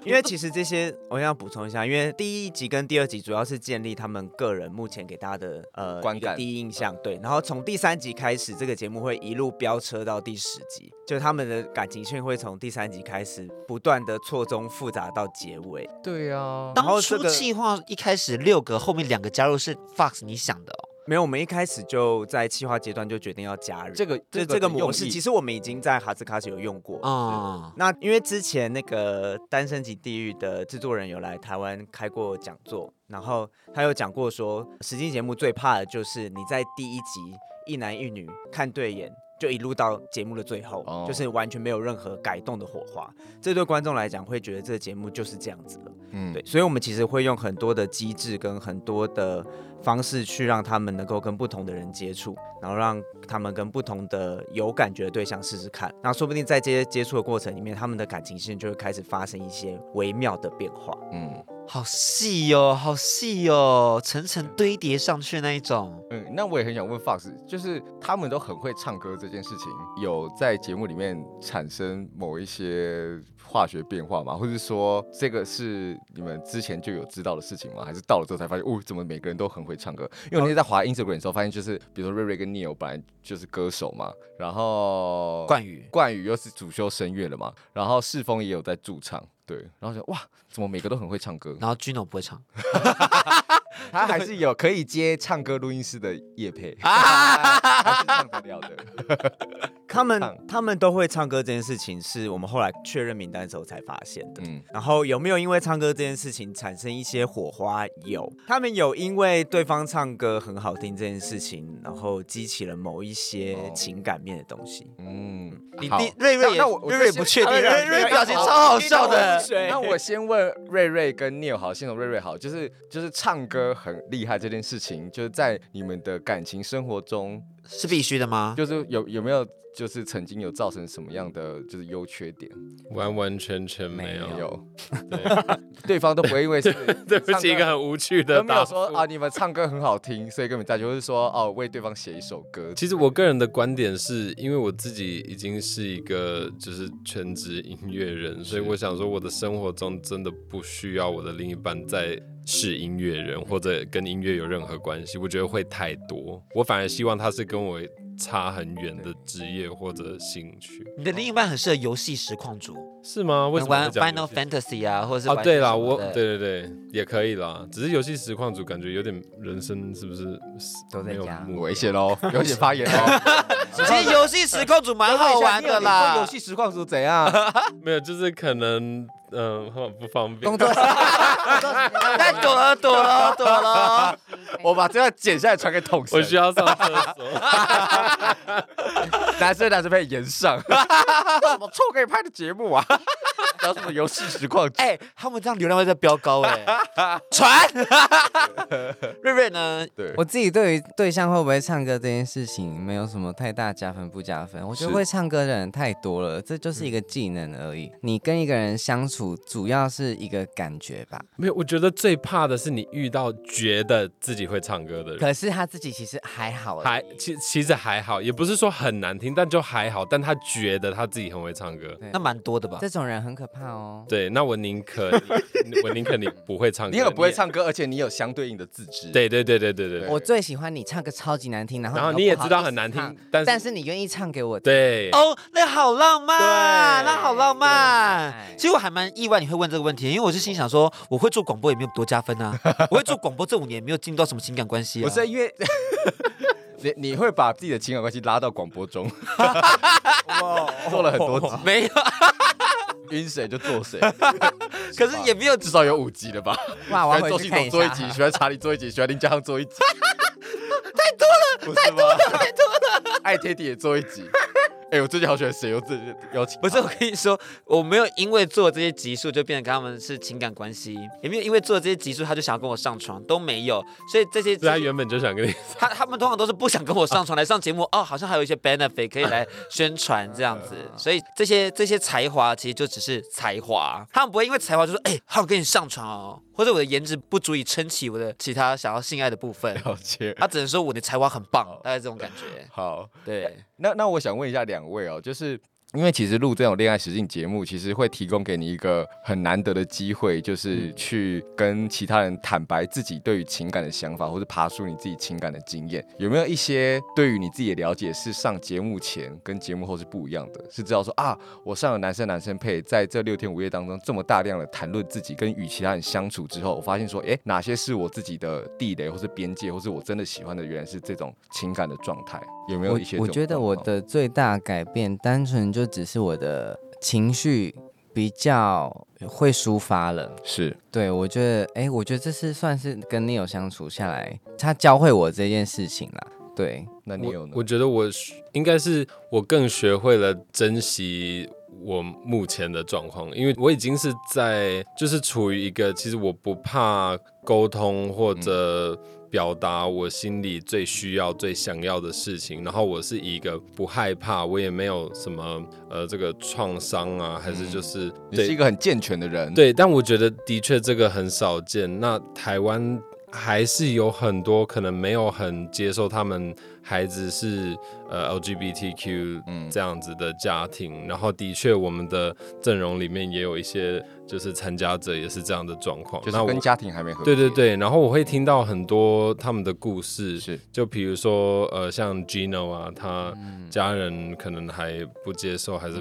Speaker 4: 因为其实这些我想补充一下，因为第一集跟第二集主要是建立他们个人目前给大家的呃
Speaker 3: 观
Speaker 4: 一个
Speaker 3: 感嗯
Speaker 4: 第一印象，对。然后从第三集开始，这个节目会一路飙车到第十集，就是他们的感情线会从第三集开始不断的错综复杂到结尾。
Speaker 3: 对啊，
Speaker 4: 然后
Speaker 2: 当
Speaker 4: 这
Speaker 2: 初
Speaker 4: 个
Speaker 2: 计划一开始六个，后面两个加入是 Fox 你想的哦。
Speaker 4: 没有，我们一开始就在企划阶段就决定要加人，
Speaker 3: 这个
Speaker 4: 就这个模式，
Speaker 3: 用意哦
Speaker 4: 其实我们已经在哈斯卡斯有用过
Speaker 2: 啊、
Speaker 4: 那因为之前那个《单身级地狱》的制作人有来台湾开过讲座，然后他有讲过说，实境节目最怕的就是你在第一集一男一女看对眼。就一路到节目的最后
Speaker 3: 哦
Speaker 4: 就是完全没有任何改动的火花。这对观众来讲，会觉得这个节目就是这样子了。
Speaker 3: 嗯，
Speaker 4: 对，所以我们其实会用很多的机制跟很多的方式去让他们能够跟不同的人接触，然后让他们跟不同的有感觉的对象试试看，那说不定在这些接触的过程里面，他们的感情线就会开始发生一些微妙的变化。
Speaker 3: 嗯
Speaker 2: 好细哦，好细哦，层层堆叠上去那一种。
Speaker 3: 嗯，那我也很想问 Fox，就是他们都很会唱歌这件事情，有在节目里面产生某一些化学变化吗？或者说这个是你们之前就有知道的事情吗？还是到了之后才发现，哦，怎么每个人都很会唱歌？因为我那天在滑 Instagram 的时候，发现就是比如说瑞瑞跟 Neil 本来就是歌手嘛，然后
Speaker 2: 冠宇，
Speaker 3: 冠宇又是主修声乐了嘛，然后世峰也有在驻唱，对，然后就哇，怎么每个都很会唱歌？
Speaker 2: 然后 Gino 不会唱。
Speaker 3: 他还是有可以接唱歌录音师的叶 配，还是唱得了的。
Speaker 4: 他们
Speaker 3: 唱
Speaker 4: 他们都会唱歌这件事情，是我们后来确认名单的时候才发现的。
Speaker 3: 嗯，
Speaker 4: 然后有没有因为唱歌这件事情产生一些火花？有，他们有因为对方唱歌很好听这件事情，然后激起了某一些
Speaker 3: 哦
Speaker 4: 情感面的东西。
Speaker 3: 嗯，
Speaker 2: 你
Speaker 3: 好
Speaker 2: 弟瑞瑞也，
Speaker 3: 那我
Speaker 2: 瑞瑞不确定，呃啊瑞瑞表情超好笑的。
Speaker 3: 哦那我先问瑞瑞跟 Neil 好，先从瑞瑞好，就是就是唱歌很厉害这件事情，就是在你们的感情生活中，
Speaker 2: 是必须的吗？
Speaker 3: 就是有有没有就是曾经有造成什么样的就是优缺点？
Speaker 5: 完完全全没有。
Speaker 3: 没有，
Speaker 5: 对，
Speaker 3: 对方都不会因为是
Speaker 5: 对不起，一个很无趣的
Speaker 3: 都没
Speaker 5: 答
Speaker 3: 有
Speaker 5: 复。
Speaker 3: 说啊，你们唱歌很好听，所以跟你们在一起，或是说哦为对方写一首歌。
Speaker 5: 其实我个人的观点是，因为我自己已经是一个就是全职音乐人，所以我想说，我的生活中真的不需要我的另一半在是音乐人或者跟音乐有任何关系，我觉得会太多。我反而希望他是跟我差很远的职业或者兴趣，
Speaker 2: 你的另一半很适合游戏实况主，
Speaker 5: 是吗？为什么
Speaker 2: 玩
Speaker 5: 会讲游
Speaker 2: Final
Speaker 5: 戏
Speaker 2: Fantasy 啊，或者是
Speaker 5: 哦，
Speaker 2: 玩
Speaker 5: 对啦，
Speaker 2: 什么
Speaker 5: 我
Speaker 2: 的
Speaker 5: 对对对，也可以啦。只是游戏实况组感觉有点人生是不是
Speaker 1: 都在
Speaker 5: 没有
Speaker 1: 家
Speaker 5: 目标
Speaker 3: 危险喽，有点发言 喽。
Speaker 2: 其实游戏实况主蛮好玩的啦。
Speaker 3: 游戏实况组怎样？
Speaker 5: 没有，就是可能嗯、呃不方便
Speaker 1: 工。作
Speaker 2: 但躲了，躲了，躲了。
Speaker 3: 我把这段剪下来传给统神
Speaker 5: 我，需要上厕所。
Speaker 3: 男生男生被延上，什么臭给拍的节目啊？聊什么游戏实况？
Speaker 2: 哎、他们这样流量会在飙 高哎、传。瑞瑞呢？
Speaker 3: 对，
Speaker 1: 我自己对于对象会不会唱歌这件事情，没有什么太大加分不加分。我觉得
Speaker 3: 是
Speaker 1: 会唱歌的人太多了，这就是一个技能而已。你跟一个人相处，主要是一个感觉吧。
Speaker 5: 没有，我觉得最怕的是你遇到觉得自己会唱歌 的人，
Speaker 1: 可是他自己其实还好而已，
Speaker 5: 还其其实还好，也不是说很难听，但就还好，但他觉得他自己很会唱歌。
Speaker 1: 对
Speaker 2: 那蛮多的吧？
Speaker 1: 这种人很可怕哦。
Speaker 5: 对，那我宁可你 我宁可你不会唱歌，
Speaker 3: 你很不会。唱歌，而且你有相对应的自知。，
Speaker 5: 对对对对对对
Speaker 3: 对。
Speaker 1: 我最喜欢你唱歌超级难听，然后
Speaker 5: 然后
Speaker 1: 又
Speaker 5: 你也
Speaker 1: 不好
Speaker 5: 知道
Speaker 1: 意思
Speaker 5: 很难
Speaker 1: 唱
Speaker 5: 听，但是
Speaker 1: 但是你愿意唱给我听。
Speaker 5: 对，
Speaker 2: 哦，那好浪漫，
Speaker 1: 对
Speaker 2: 那好浪漫
Speaker 1: 对。
Speaker 2: 其实我还蛮意外你会问这个问题，因为我是心想说，我会做广播也没有多加分啊，我会做广播这五年也没有进入到什么情感关 系啊。
Speaker 3: 不是因为 你你会把自己的情感关系拉到广播中，做了 很多集，
Speaker 2: 没有，啊
Speaker 3: 晕谁就做谁，
Speaker 2: 可是也没有
Speaker 3: 至少有五集了吧？
Speaker 1: 哇，我
Speaker 3: 喜
Speaker 1: 要
Speaker 3: 欢
Speaker 1: 回
Speaker 3: 周
Speaker 1: 去
Speaker 3: 信
Speaker 1: 看一
Speaker 3: 总做一
Speaker 1: 下。
Speaker 3: 集，喜欢查理做一集，喜欢林家航做一集，太多了，太多了，太多了。 爱爹地也做一集。哎、我最近好喜欢谁？我最近邀请
Speaker 2: 不是，我跟你说，我没有因为做这些集数就变得跟他们是情感关系，也没有因为做这些集数他就想要跟我上床，都没有。所以这些
Speaker 5: 所以他原本就想跟你，
Speaker 2: 他他们通常都是不想跟我上床来上节目哦，好像还有一些 benefit 可以来宣传这样子，所以这些这些才华其实就只是才华，他们不会因为才华就说哎，好、我跟你上床哦，或者我的颜值不足以撑起我的其他想要性爱的部 分，
Speaker 3: 了解。
Speaker 2: 他只能说我的才华很棒，大概这种感觉。
Speaker 3: 好，
Speaker 2: 对，
Speaker 3: 那那我想问一下两位哦，就是因为其实录这种恋爱实境节目，其实会提供给你一个很难得的机会，
Speaker 1: 嗯
Speaker 3: 就是去跟其他人坦白自己对于情感的想法，或是爬出你自己情感的经验。有没有一些对于你自己的了解是上节目前跟节目后是不一样的？是知道说啊，我上了男生男生配，在这六天五夜当中这么大量的谈论自己跟与其他人相处之后，我发现说，诶，哪些是我自己的地雷，或是边界，或是我真的喜欢的，原来是这种情感的状态。有没有
Speaker 1: 我
Speaker 3: 一些
Speaker 1: 我
Speaker 3: 这种
Speaker 1: 觉得
Speaker 3: 状
Speaker 1: 我
Speaker 3: 况
Speaker 1: 的最大改变，单纯就只是我的情绪比较会抒发了。
Speaker 3: 是
Speaker 1: 对，我觉得，哎，我觉得这是算是跟 Neil 相处下来，他教会我这件事情啦。对，
Speaker 3: 那你有
Speaker 5: 我
Speaker 3: 呢？
Speaker 5: 我觉得我应该是我更学会了珍惜我目前的状况，因为我已经是在就是处于一个其实我不怕沟通
Speaker 3: 嗯
Speaker 5: 或者表达我心里最需要、最想要的事情，然后我是以一个不害怕，我也没有什么呃这个创伤啊，还是就是、
Speaker 3: 嗯你
Speaker 5: 对
Speaker 3: 是一个很健全的人，，
Speaker 5: 对，但我觉得的确这个很少见。那台湾还是有很多可能没有很接受他们孩子是呃 LGBTQ
Speaker 3: 嗯
Speaker 5: 这样子的家庭，然后的确我们的阵容里面也有一些就是参加者也是这样的状况。
Speaker 3: 就是
Speaker 5: 那我
Speaker 3: 跟家庭还没和
Speaker 5: 对对
Speaker 3: 解，
Speaker 5: 对，然后我会听到很多他们的故事，
Speaker 3: 是
Speaker 5: 就比如说呃，像 Gino 啊，他
Speaker 3: 嗯
Speaker 5: 家人可能还不接受，还是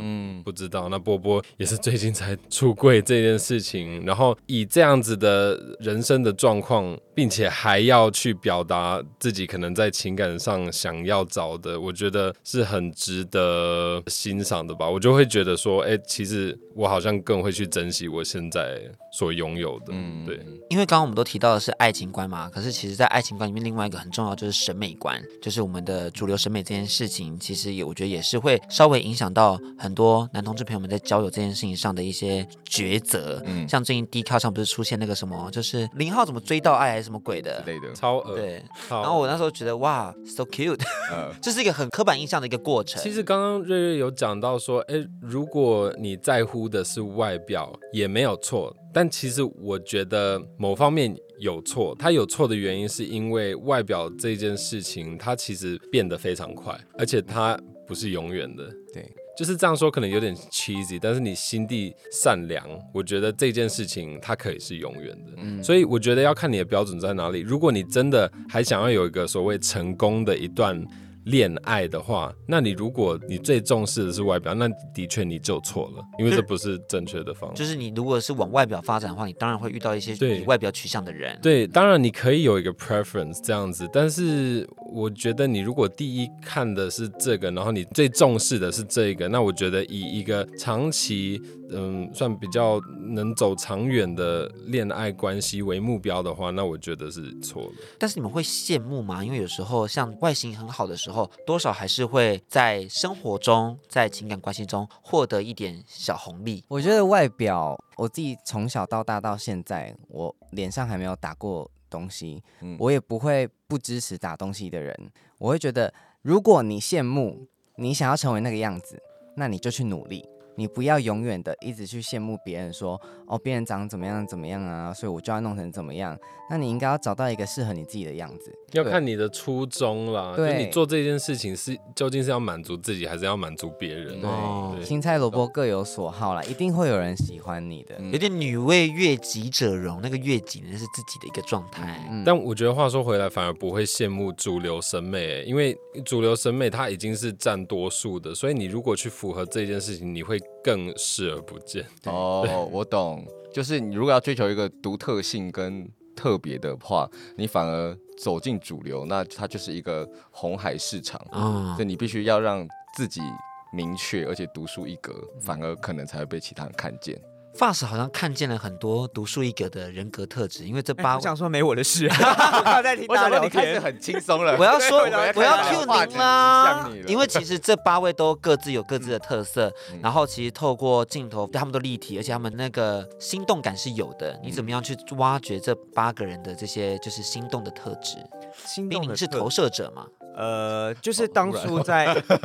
Speaker 5: 不知道。那波波也是最近才出柜这件事情，然后以这样子的人生的状况，并且还要去表达自己可能在情感上想要找的，我觉得是很值得欣赏的吧。我就会觉得说，哎，其实我好像更会去珍惜我现在所拥有的，嗯
Speaker 2: 嗯
Speaker 3: 嗯
Speaker 5: 对。
Speaker 2: 因为刚刚我们都提到的是爱情观嘛，可是其实，在爱情观里面，另外一个很重要就是审美观，就是我们的主流审美这件事情，其实也我觉得也是会稍微影响到很多男同志朋友们在交友这件事情上的一些抉择。嗯，像最近 D 靠上不是出现那个什么，就是林浩怎么追到爱还是什么鬼的
Speaker 3: 之，类 的，
Speaker 5: 超恶
Speaker 2: 对。
Speaker 5: 好
Speaker 2: 然后我那时候觉得哇，so cute，
Speaker 3: 呃，
Speaker 2: 这是一个很刻板印象的一个过程。
Speaker 5: 其实刚刚瑞瑞有讲到说，哎，如果你在乎的是外表，也没有错。但其实我觉得某方面有错，他有错的原因是因为外表这件事情，它其实变得非常快，而且它不是永远的。
Speaker 1: 对，
Speaker 5: 就是这样说可能有点 cheesy，但是你心地善良，我觉得这件事情它可以是永远的。所以我觉得要看你的标准在哪里。如果你真的还想要有一个所谓成功的一段恋爱的话，那你如果你最重视的是外表，那的确你就错了，因为这不是正确的方法
Speaker 2: 就。是你如果是往外表发展的话，你当然会遇到一些
Speaker 5: 对
Speaker 2: 以外表取向的人。
Speaker 5: 对，当然你可以有一个 preference 这样子，但是我觉得你如果第一看的是这个，然后你最重视的是这个，那我觉得以一个长期嗯算比较能走长远的恋爱关系为目标的话，那我觉得是错的。
Speaker 2: 但是你们会羡慕吗？因为有时候像外形很好的时候，多少还是会在生活中、在情感关系中获得一点小红利。
Speaker 1: 我觉得外表，我自己从小到大到现在，我脸上还没有打过东西，
Speaker 3: 嗯
Speaker 1: 我也不会不支持打东西的人。我会觉得，如果你羡慕，你想要成为那个样子，那你就去努力。你不要永远的一直去羡慕别人说，哦，别人长怎么样怎么样啊，所以我就要弄成怎么样。那你应该要找到一个适合你自己的样子。
Speaker 5: 要看你的初衷啦，就
Speaker 1: 对
Speaker 5: 你做这件事情是究竟是要满足自己，还是要满足别人？
Speaker 1: 对
Speaker 2: 哦
Speaker 5: 对
Speaker 1: 青菜萝卜各有所好啦，一定会有人喜欢你
Speaker 5: 嗯
Speaker 1: 的。
Speaker 2: 有点女为悦己者容，那个悦己呢是自己的一个状态。
Speaker 1: 嗯
Speaker 5: 但我觉得话说回来，反而不会羡慕主流审美，因为主流审美它已经是占多数的，所以你如果去符合这件事情，你会更视而不见。
Speaker 3: 哦，我懂，就是你如果要追求一个独特性跟特别的话，你反而走进主流，那它就是一个红海市场，
Speaker 2: 啊、
Speaker 3: 所以你必须要让自己明确而且独树一格，反而可能才会被其他人看见。
Speaker 2: 发饰好像看见了很多独树一格的人格特质，因为这八
Speaker 4: 我想说没我 的事，啊我没有在听
Speaker 3: 我想
Speaker 4: 大家
Speaker 3: 说
Speaker 4: 聊
Speaker 3: 你开始
Speaker 4: 天。
Speaker 3: 很轻松 了。
Speaker 2: 我要说，
Speaker 3: 对
Speaker 2: 我要 cue 您啦
Speaker 3: 像你，了
Speaker 2: 因为其实这八位都各自有各自的特色，
Speaker 3: 嗯
Speaker 2: 然后其实透过镜头，对他们都立体，而且他们那个心动感是有的。你怎么样去挖掘这八个人的这些就是心动的特质？
Speaker 4: 心
Speaker 2: 因为
Speaker 4: 动
Speaker 2: 你
Speaker 4: 的
Speaker 2: 是
Speaker 4: 特
Speaker 2: 投射者嘛？
Speaker 4: 呃，就是当初在 对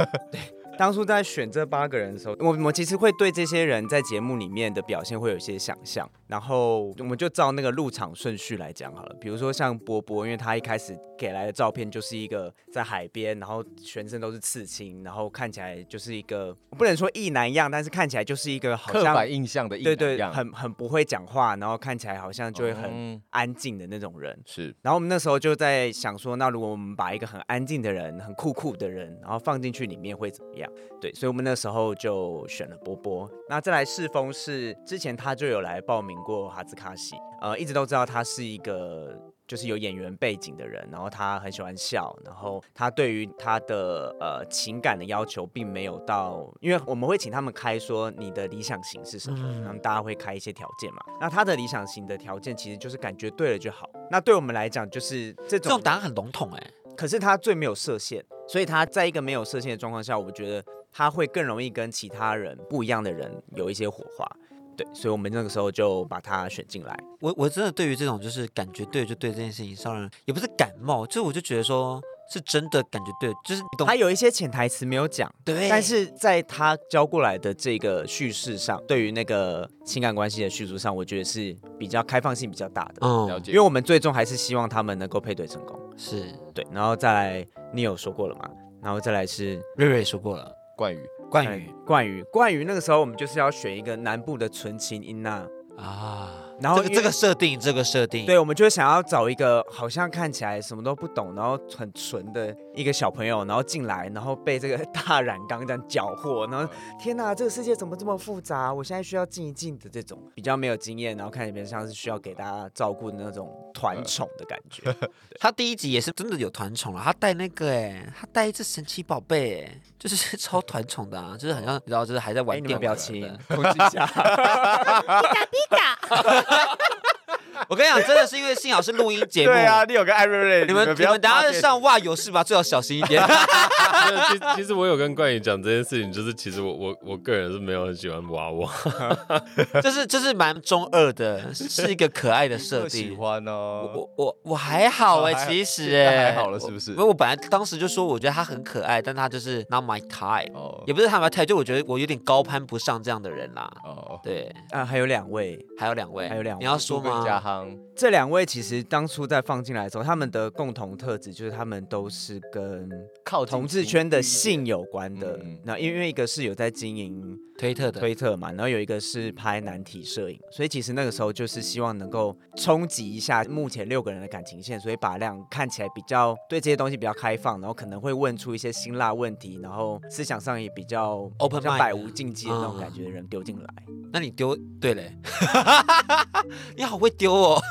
Speaker 4: 当初在选这八个人的时候，我我其实会对这些人在节目里面的表现会有一些想象，然后我们就照那个入场顺序来讲好了。比如说像波波，因为他一开始给来的照片就是一个在海边，然后全身都是刺青，然后看起来就是一个我不能说一男一样，但是看起来就是一个好
Speaker 3: 刻
Speaker 4: 像
Speaker 3: 板印象的一
Speaker 4: 对对
Speaker 3: 啊样，
Speaker 4: 很很不会讲话，然后看起来好像就会很
Speaker 3: 嗯
Speaker 4: 安静的那种人。
Speaker 3: 是
Speaker 4: 然后我们那时候就在想说，那如果我们把一个很安静的人、很酷酷的人，然后放进去里面会怎么样？对，所以我们那时候就选了波波。那再来世峰是之前他就有来报名过哈兹卡西，呃，一直都知道他是一个。就是有演员背景的人，然后他很喜欢笑，然后他对于他的呃情感的要求并没有到，因为我们会请他们开说你的理想型是什么，
Speaker 2: 嗯
Speaker 4: 然后大家会开一些条件嘛。那他的理想型的条件其实就是感觉对了就好。那对我们来讲就是这
Speaker 2: 这
Speaker 4: 种
Speaker 2: 种答案很笼统哎、
Speaker 4: 可是他最没有射线，所以他在一个没有射线的状况下，我觉得他会更容易跟其他人不一样的人有一些火花。对，所以我们那个时候就把他选进来。
Speaker 2: 我我真的对于这种就是感觉对就对这件事情上，让人也不是感冒，就是我就觉得说是真的感觉对，就是你懂
Speaker 4: 他有一些潜台词没有讲，
Speaker 2: 对，
Speaker 4: 但是在他交过来的这个叙事上，对于那个情感关系的叙述上，我觉得是比较开放性比较大的，
Speaker 3: 了
Speaker 2: 嗯
Speaker 3: 解，
Speaker 4: 因为我们最终还是希望他们能够配对成功。
Speaker 2: 是
Speaker 4: 对，然后再来，你有说过了嘛？然后再来是
Speaker 2: 瑞瑞说过了，
Speaker 3: 冠宇
Speaker 2: 冠宇
Speaker 4: 嗯冠宇，冠宇那个时候我们就是要选一个南部的纯情音呐，
Speaker 2: 啊，
Speaker 4: 然后
Speaker 2: 这个
Speaker 4: 因为
Speaker 2: 这个设定，这个设定，
Speaker 4: 对，我们就想要找一个好像看起来什么都不懂，然后很纯的一个小朋友，然后进来，然后被这个 大染缸这样搅和，然后
Speaker 2: 嗯
Speaker 4: 天哪，这个世界怎么这么复杂？我现在需要静一静的这种比较没有经验，然后看起来像是需要给大家照顾的那种
Speaker 2: 嗯
Speaker 4: 团宠的感 觉。
Speaker 2: 他第一集也是真的有团宠了，他带那个哎、他带一只神奇宝贝哎， 就是超团宠的
Speaker 3: 哦
Speaker 2: 啊，就是很像，你知道，就是还在玩
Speaker 4: 哎，你
Speaker 2: 电玩
Speaker 4: 们不要
Speaker 2: 的
Speaker 4: 亲，攻击一下。
Speaker 2: 我跟你讲，真的是因为幸好是录音节目，
Speaker 3: 对啊，你有个艾瑞瑞，
Speaker 2: 你们
Speaker 3: 不
Speaker 2: 你
Speaker 3: 要
Speaker 2: 们等下
Speaker 3: 发现
Speaker 2: 上哇有事吧，最好小心一 点。
Speaker 5: 没有其其实我有跟冠宇讲这件事情，就是其实我我我个人是没有很喜欢娃娃，
Speaker 2: 就是就是蛮中二的，是一个可爱的设
Speaker 3: 我喜
Speaker 2: 定。
Speaker 3: 欢
Speaker 2: 我
Speaker 3: 哦。
Speaker 2: 我我我还好哎、
Speaker 3: 哦还好
Speaker 2: 其实
Speaker 3: 现在
Speaker 2: 哎、
Speaker 3: 还好了是不是
Speaker 2: 因为我本来当时就说，我觉得他很可爱，但他就是 not my type，、
Speaker 3: 哦
Speaker 2: 也不是他 my type，就我觉得我有点高攀不上这样的人啦。
Speaker 3: 哦，
Speaker 2: 对，
Speaker 4: 啊，还有两位，
Speaker 2: 还有两位，
Speaker 4: 还有两位
Speaker 2: 你要说
Speaker 3: 更加
Speaker 2: 吗？
Speaker 3: 夯，
Speaker 4: 这两位其实当初在放进来的时候，他们的共同特质就是他们都是跟
Speaker 3: 靠近
Speaker 4: 同志圈的性有关的
Speaker 3: 嗯。
Speaker 4: 那因为一个是有在经营
Speaker 2: 推特的，
Speaker 4: 推特嘛，然后有一个是拍男体摄影，所以其实那个时候就是希望能够冲击一下目前六个人的感情线，所以把量看起来比较对这些东西比较开放，然后可能会问出一些辛辣问题，然后思想上也比较
Speaker 2: Open
Speaker 4: 像
Speaker 2: mind
Speaker 4: 百无禁忌的那种
Speaker 2: 嗯
Speaker 4: 感觉的人丢进来。
Speaker 2: 那你丢对嘞， 你好会丢哦。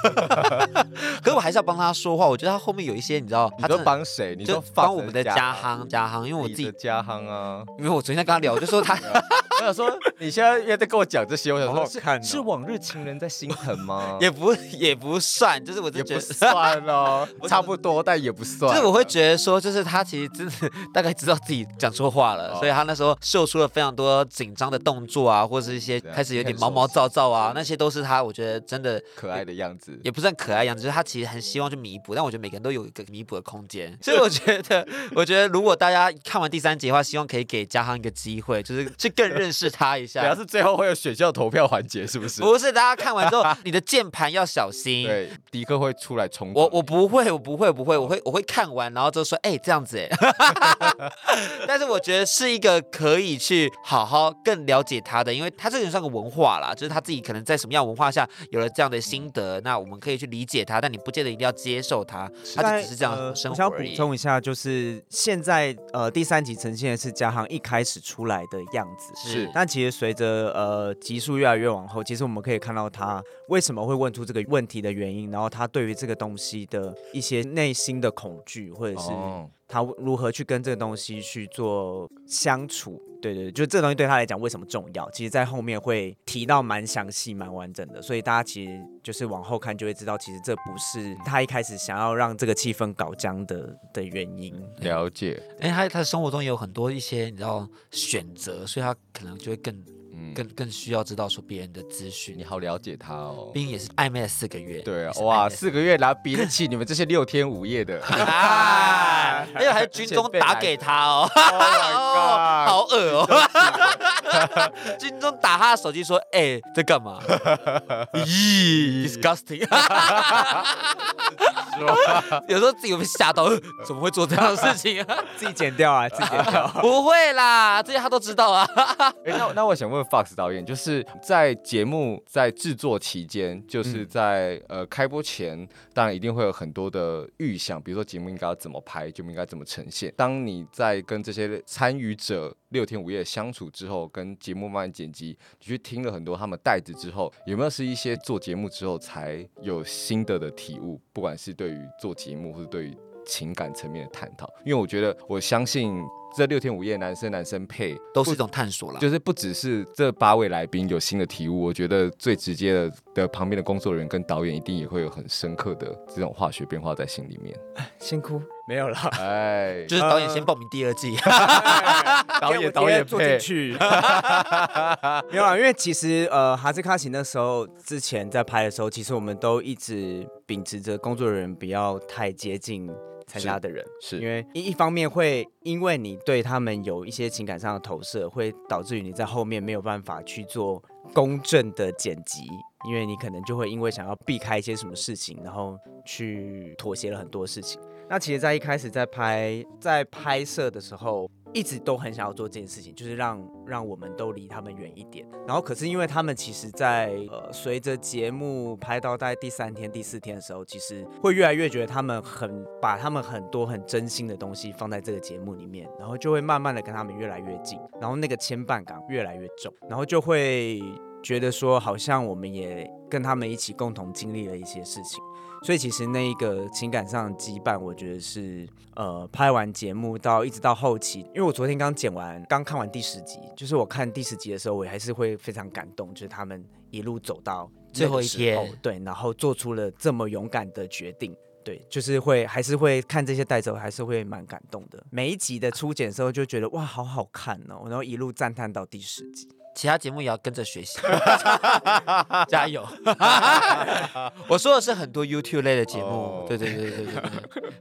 Speaker 2: 可是我还是要帮他说话，我觉得他后面有一些你知道，
Speaker 3: 你
Speaker 2: 他
Speaker 3: 都
Speaker 2: 真的
Speaker 3: 帮谁？你
Speaker 2: 就
Speaker 3: 都
Speaker 2: 帮我们的
Speaker 3: 家
Speaker 2: 家夯家夯，因为我自己
Speaker 3: 的家夯啊。
Speaker 2: 因为我昨天在跟他聊，我就说他？
Speaker 3: 我想说，你现在又在跟我讲这些，我想
Speaker 4: 好
Speaker 3: 说，
Speaker 4: 好看哦
Speaker 3: 是是往日情人在心疼吗
Speaker 2: 也不也不算，就是我就
Speaker 3: 也
Speaker 2: 觉
Speaker 3: 不
Speaker 2: 得。
Speaker 3: 算 哦，差不多，但也不算。啊
Speaker 2: 就是我会觉得说，就是他其实真的大概知道自己讲错话了，
Speaker 3: 哦
Speaker 2: 所以他那时候秀出了非常多紧张的动作啊，或是一 些
Speaker 3: 对啊
Speaker 2: 开始有点
Speaker 3: 很
Speaker 2: 毛毛
Speaker 3: 受
Speaker 2: 躁躁啊，那些都是他我觉得真的
Speaker 3: 可爱的样子，
Speaker 2: 也不算可爱样子，就是他其实很希望去弥补，但我觉得每个人都有一个弥补的空间， 所以我觉得，我觉得如果大家看完第三集的话，希望可以给嘉航一个机会，就是去更认识他一
Speaker 3: 主要
Speaker 2: 下。
Speaker 3: 是最后会有选秀投票环节，是不是？
Speaker 2: 不是，大家看完之后，你的键盘要小心。
Speaker 3: 对，迪克会出来冲撞
Speaker 2: 我我不会，我不会，不会，我会我会看完，然后就说，哎、这样子哎。 但是我觉得是一个可以去好好更了解他的，因为他这个也算个文化啦，就是他自己可能在什么样的文化下有了这样的心得，那我们可以去理解他，但你不见得一定要接受他，他就只是这
Speaker 4: 但呃
Speaker 2: 样生活
Speaker 4: 我想要
Speaker 2: 而
Speaker 4: 补
Speaker 2: 已。
Speaker 4: 充一下，就是现在呃第三集呈现的是嘉航一开始出来的样子。
Speaker 3: 是
Speaker 4: 但其实随着呃集数越来越往后，其实我们可以看到他为什么会问出这个问题的原因，然后他对于这个东西的一些内心的恐惧，或者是
Speaker 3: 哦
Speaker 4: 他如何去跟这个东西去做相处。对对对，就这个东西对他来讲为什么重要？其实，在后面会提到蛮详细、蛮完整的，所以大家其实就是往后看就会知道，其实这不是他一开始想要让这个气氛搞僵的的原因。
Speaker 3: 了解，
Speaker 2: 哎，他他的生活中也有很多一些你知道选择，所以他可能就会更
Speaker 3: 嗯，
Speaker 2: 更更需要知道说别人的资讯
Speaker 3: 你。好了解他哦
Speaker 2: 毕。竟也是暧昧了四个月，
Speaker 3: 对啊
Speaker 2: 也，是暧
Speaker 3: 哇，
Speaker 2: 昧
Speaker 3: 四个月拿比得起你们这些六天五夜的。
Speaker 2: 啊！而且还是军中打给他 哦， 哦好恶哦！军中打他的手机说：“哎、在干 嘛？”咦，disgusting！有时候自己会被吓到，呃怎么会做这样的事情 啊？
Speaker 4: 自己剪掉啊，自己剪 掉。
Speaker 2: 不会啦，这些他都知道啊。
Speaker 3: 哎、那那我想问 Fox 导演，就是在节目在制作期间，就是在、呃开播前，当然一定会有很多的预想，比如说节目应该要怎么拍，节目应该怎么呈现。当你在跟这些参与者六天五夜相处之后，跟节目慢慢剪辑，你去听了很多他们带子之后，有没有是一些做节目之后才有新的的体悟？不管是对于做节目，或是对于情感层面的探讨，因为我觉得我相信。这六天五夜，男生男生配
Speaker 2: 都是一种探索啦。
Speaker 3: 就是不只是这八位来宾有新的体悟，我觉得最直接的的旁边的工作人员跟导演一定也会有很深刻的这种化学变化在心里面。
Speaker 4: 先哭，没有 啦。
Speaker 3: 哎，
Speaker 2: 就是导演先报名第二 季，
Speaker 3: 导 演导演
Speaker 4: 做进
Speaker 3: 配，
Speaker 4: 去， 没有啊啦，因为其实呃，哈斯卡奇那时候之前在拍的时候，其实我们都一直秉持着工作人员不要太接近参加的人，
Speaker 3: 是
Speaker 4: 因为一一方面会因为你对他们有一些情感上的投射，会导致于你在后面没有办法去做公正的剪辑。因为你可能就会因为想要避开一些什么事情，然后去妥协了很多事情。那其实，在一开始在拍在拍摄的时候，一直都很想要做这件事情，就是让让我们都离他们远一点。然后，可是因为他们其实在，呃随着节目拍到大概第三天、第四天的时候，其实会越来越觉得他们很把他们很多很真心的东西放在这个节目里面，然后就会慢慢的跟他们越来越近，然后那个牵绊感越来越重，然后就会觉得说，好像我们也跟他们一起共同经历了一些事情。所以其实那一个情感上的羁绊，我觉得是呃，拍完节目到一直到后期，因为我昨天刚剪完，刚看完第十集，就是我看第十集的时候，我还是会非常感动，就是他们一路走到
Speaker 2: 最后一
Speaker 4: 天，
Speaker 2: 天
Speaker 4: 对，然后做出了这么勇敢的决定。对，就是会还是会看这些带走，还是会蛮感动的。每一集的初剪的时候，就觉得哇，好好看哦，然后一路赞叹到第十集。
Speaker 2: 其他节目也要跟着学习，加油！我说的是很多 YouTube 类的节目
Speaker 3: 哦，
Speaker 2: 对对对对对对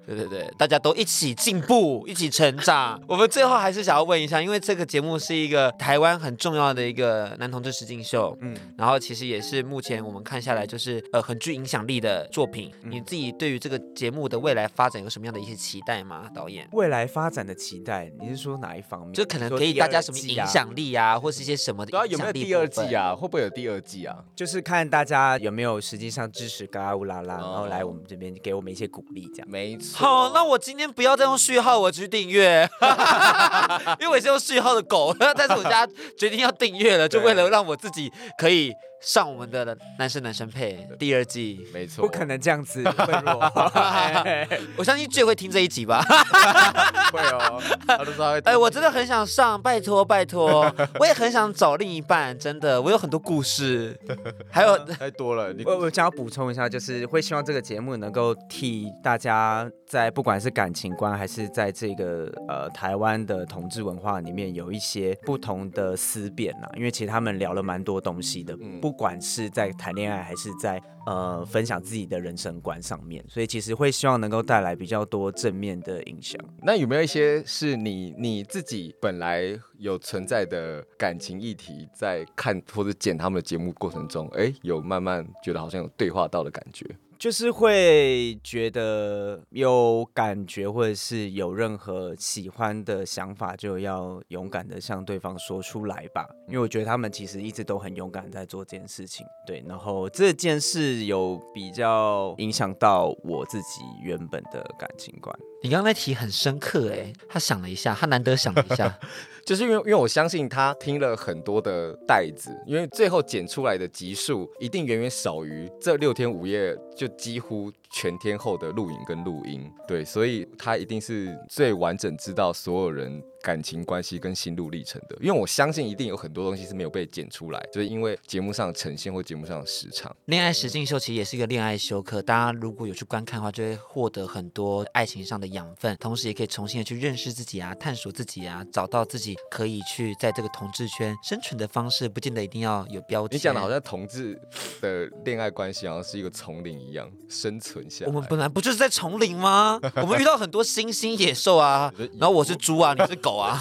Speaker 2: 对对对，大家都一起进步，一起成长。我们最后还是想要问一下，因为这个节目是一个台湾很重要的一个男同志实境秀，
Speaker 4: 嗯，
Speaker 2: 然后其实也是目前我们看下来就是呃很具影响力的作品。你自己对于这个节目的未来发展有什么样的一些期待吗，导演？
Speaker 4: 未来发展的期待，你是说哪一方面？
Speaker 2: 就可能
Speaker 4: 说
Speaker 2: 给
Speaker 4: 第
Speaker 2: 大
Speaker 4: 二
Speaker 2: 家什么
Speaker 4: 季
Speaker 2: 影
Speaker 4: 啊
Speaker 2: 响力啊，或是一些什么的
Speaker 3: 对啊，
Speaker 2: 影
Speaker 3: 有没
Speaker 2: 响
Speaker 3: 有
Speaker 2: 力？
Speaker 3: 第二季？啊？会不会有第二季啊？
Speaker 4: 就是看大家有没有实际上支持嘎乌拉拉，然后
Speaker 3: 哦
Speaker 4: 来我们这边给我们一些鼓励，这样。
Speaker 3: 没错，
Speaker 2: 好，那我今天不要再用序号，我去订阅， 因为我是用序号的狗， 但是我家决定要订阅了，就为了让我自己可以上我们的男生男生配第二季。
Speaker 3: 没错，
Speaker 4: 不可能这样子会弱化，哎
Speaker 2: 我相信最会听这一集吧。
Speaker 3: 会 哦。他都说他会
Speaker 2: 哎，我真的很想上，拜托拜托，我也很想找另一半，真的，我有很多故事，还有
Speaker 3: 太多了，你
Speaker 4: 我我想要补充一下，就是会希望这个节目能够替大家在不管是感情观还是在这个呃台湾的同志文化里面有一些不同的思辨呐、因为其实他们聊了蛮多东西的，
Speaker 3: 嗯
Speaker 4: 不管是在谈恋爱还是在呃分享自己的人生观上面，所以其实会希望能够带来比较多正面的影响。
Speaker 3: 那有没有一些是你你自己本来有存在的感情议题，在看或者剪他们的节目过程中，哎，有慢慢觉得好像有对话到的感觉？
Speaker 4: 就是会觉得有感觉，或者是有任何喜欢的想法，就要勇敢的向对方说出来吧。因为我觉得他们其实一直都很勇敢在做这件事情。对，然后这件事有比较影响到我自己原本的感情观。
Speaker 2: 你刚刚那题很深刻哎、他想了一下，他难得想了一下，
Speaker 3: 就是因为因为我相信他听了很多的袋子，因为最后剪出来的集数一定远远少于这六天五夜就几乎全天候的录影跟录音，对，所以他一定是最完整知道所有人感情关系跟心路历程的，因为我相信一定有很多东西是没有被剪出来，就是因为节目上的呈现或节目上的时长。
Speaker 2: 恋爱实境秀其实也是一个恋爱修课，大家如果有去观看的话，就会获得很多爱情上的养分，同时也可以重新的去认识自己啊，探索自己啊，找到自己可以去在这个同志圈生存的方式，不见得一定要有标签。
Speaker 3: 你讲的好像同志的恋爱关系好像是一个丛林一样哎生存下来。
Speaker 2: 我们本来不就是在丛林吗？我们遇到很多猩猩、野兽 啊，然后我是猪啊，你是狗啊，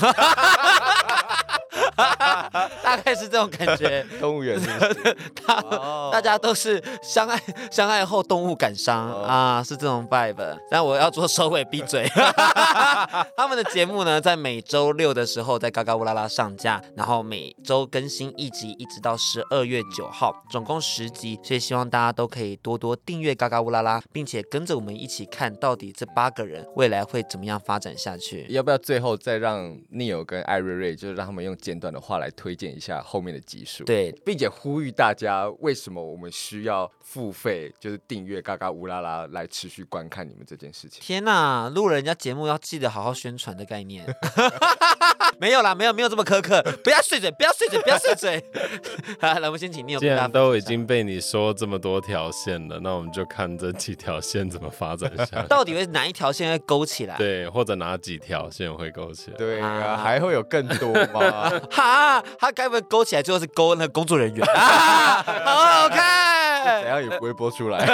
Speaker 2: 大概是这种感觉。
Speaker 3: 动物园是不是哦
Speaker 2: 大家都是相爱 相爱后动物感伤、啊，是这种 vibe。但我要做收尾，闭嘴。 他们的节目呢，在每周六的时候在嘎嘎乌拉拉上架，然后每周更新一集，一直到十二月九号，总共十集。所以希望大家都可以多多订阅嘎嘎乌拉拉，并且跟着我们一起看到底这八个人未来会怎么样发展下去。
Speaker 3: 要不要最后再让 Neil 跟艾瑞瑞，就是让他们用简短的话来推荐一下后面的集数？
Speaker 2: 对，
Speaker 3: 并且呼吁大家，为什么我们需要付费，就是订阅嘎嘎乌拉拉来持续观看你们这件事情？
Speaker 2: 天呐，录了人家节目要记得好好宣传的概念。 没有啦，没有没有这么苛刻，不要碎嘴，不要碎嘴，不要碎嘴。 好，来，我们先请你有
Speaker 5: 既然都已经被你说这么多条线了，那我们就看这几条线怎么发展下去。
Speaker 2: 到底会哪一条线会勾起来？
Speaker 5: 对，或者哪几条线会勾起来？
Speaker 3: 对
Speaker 2: 啊
Speaker 3: 啊，还会有更多吗？
Speaker 2: 哈，他该不会勾起来最后是勾那个工作人员啊？好好
Speaker 3: 怎
Speaker 2: 看。
Speaker 3: 样也不会播出来。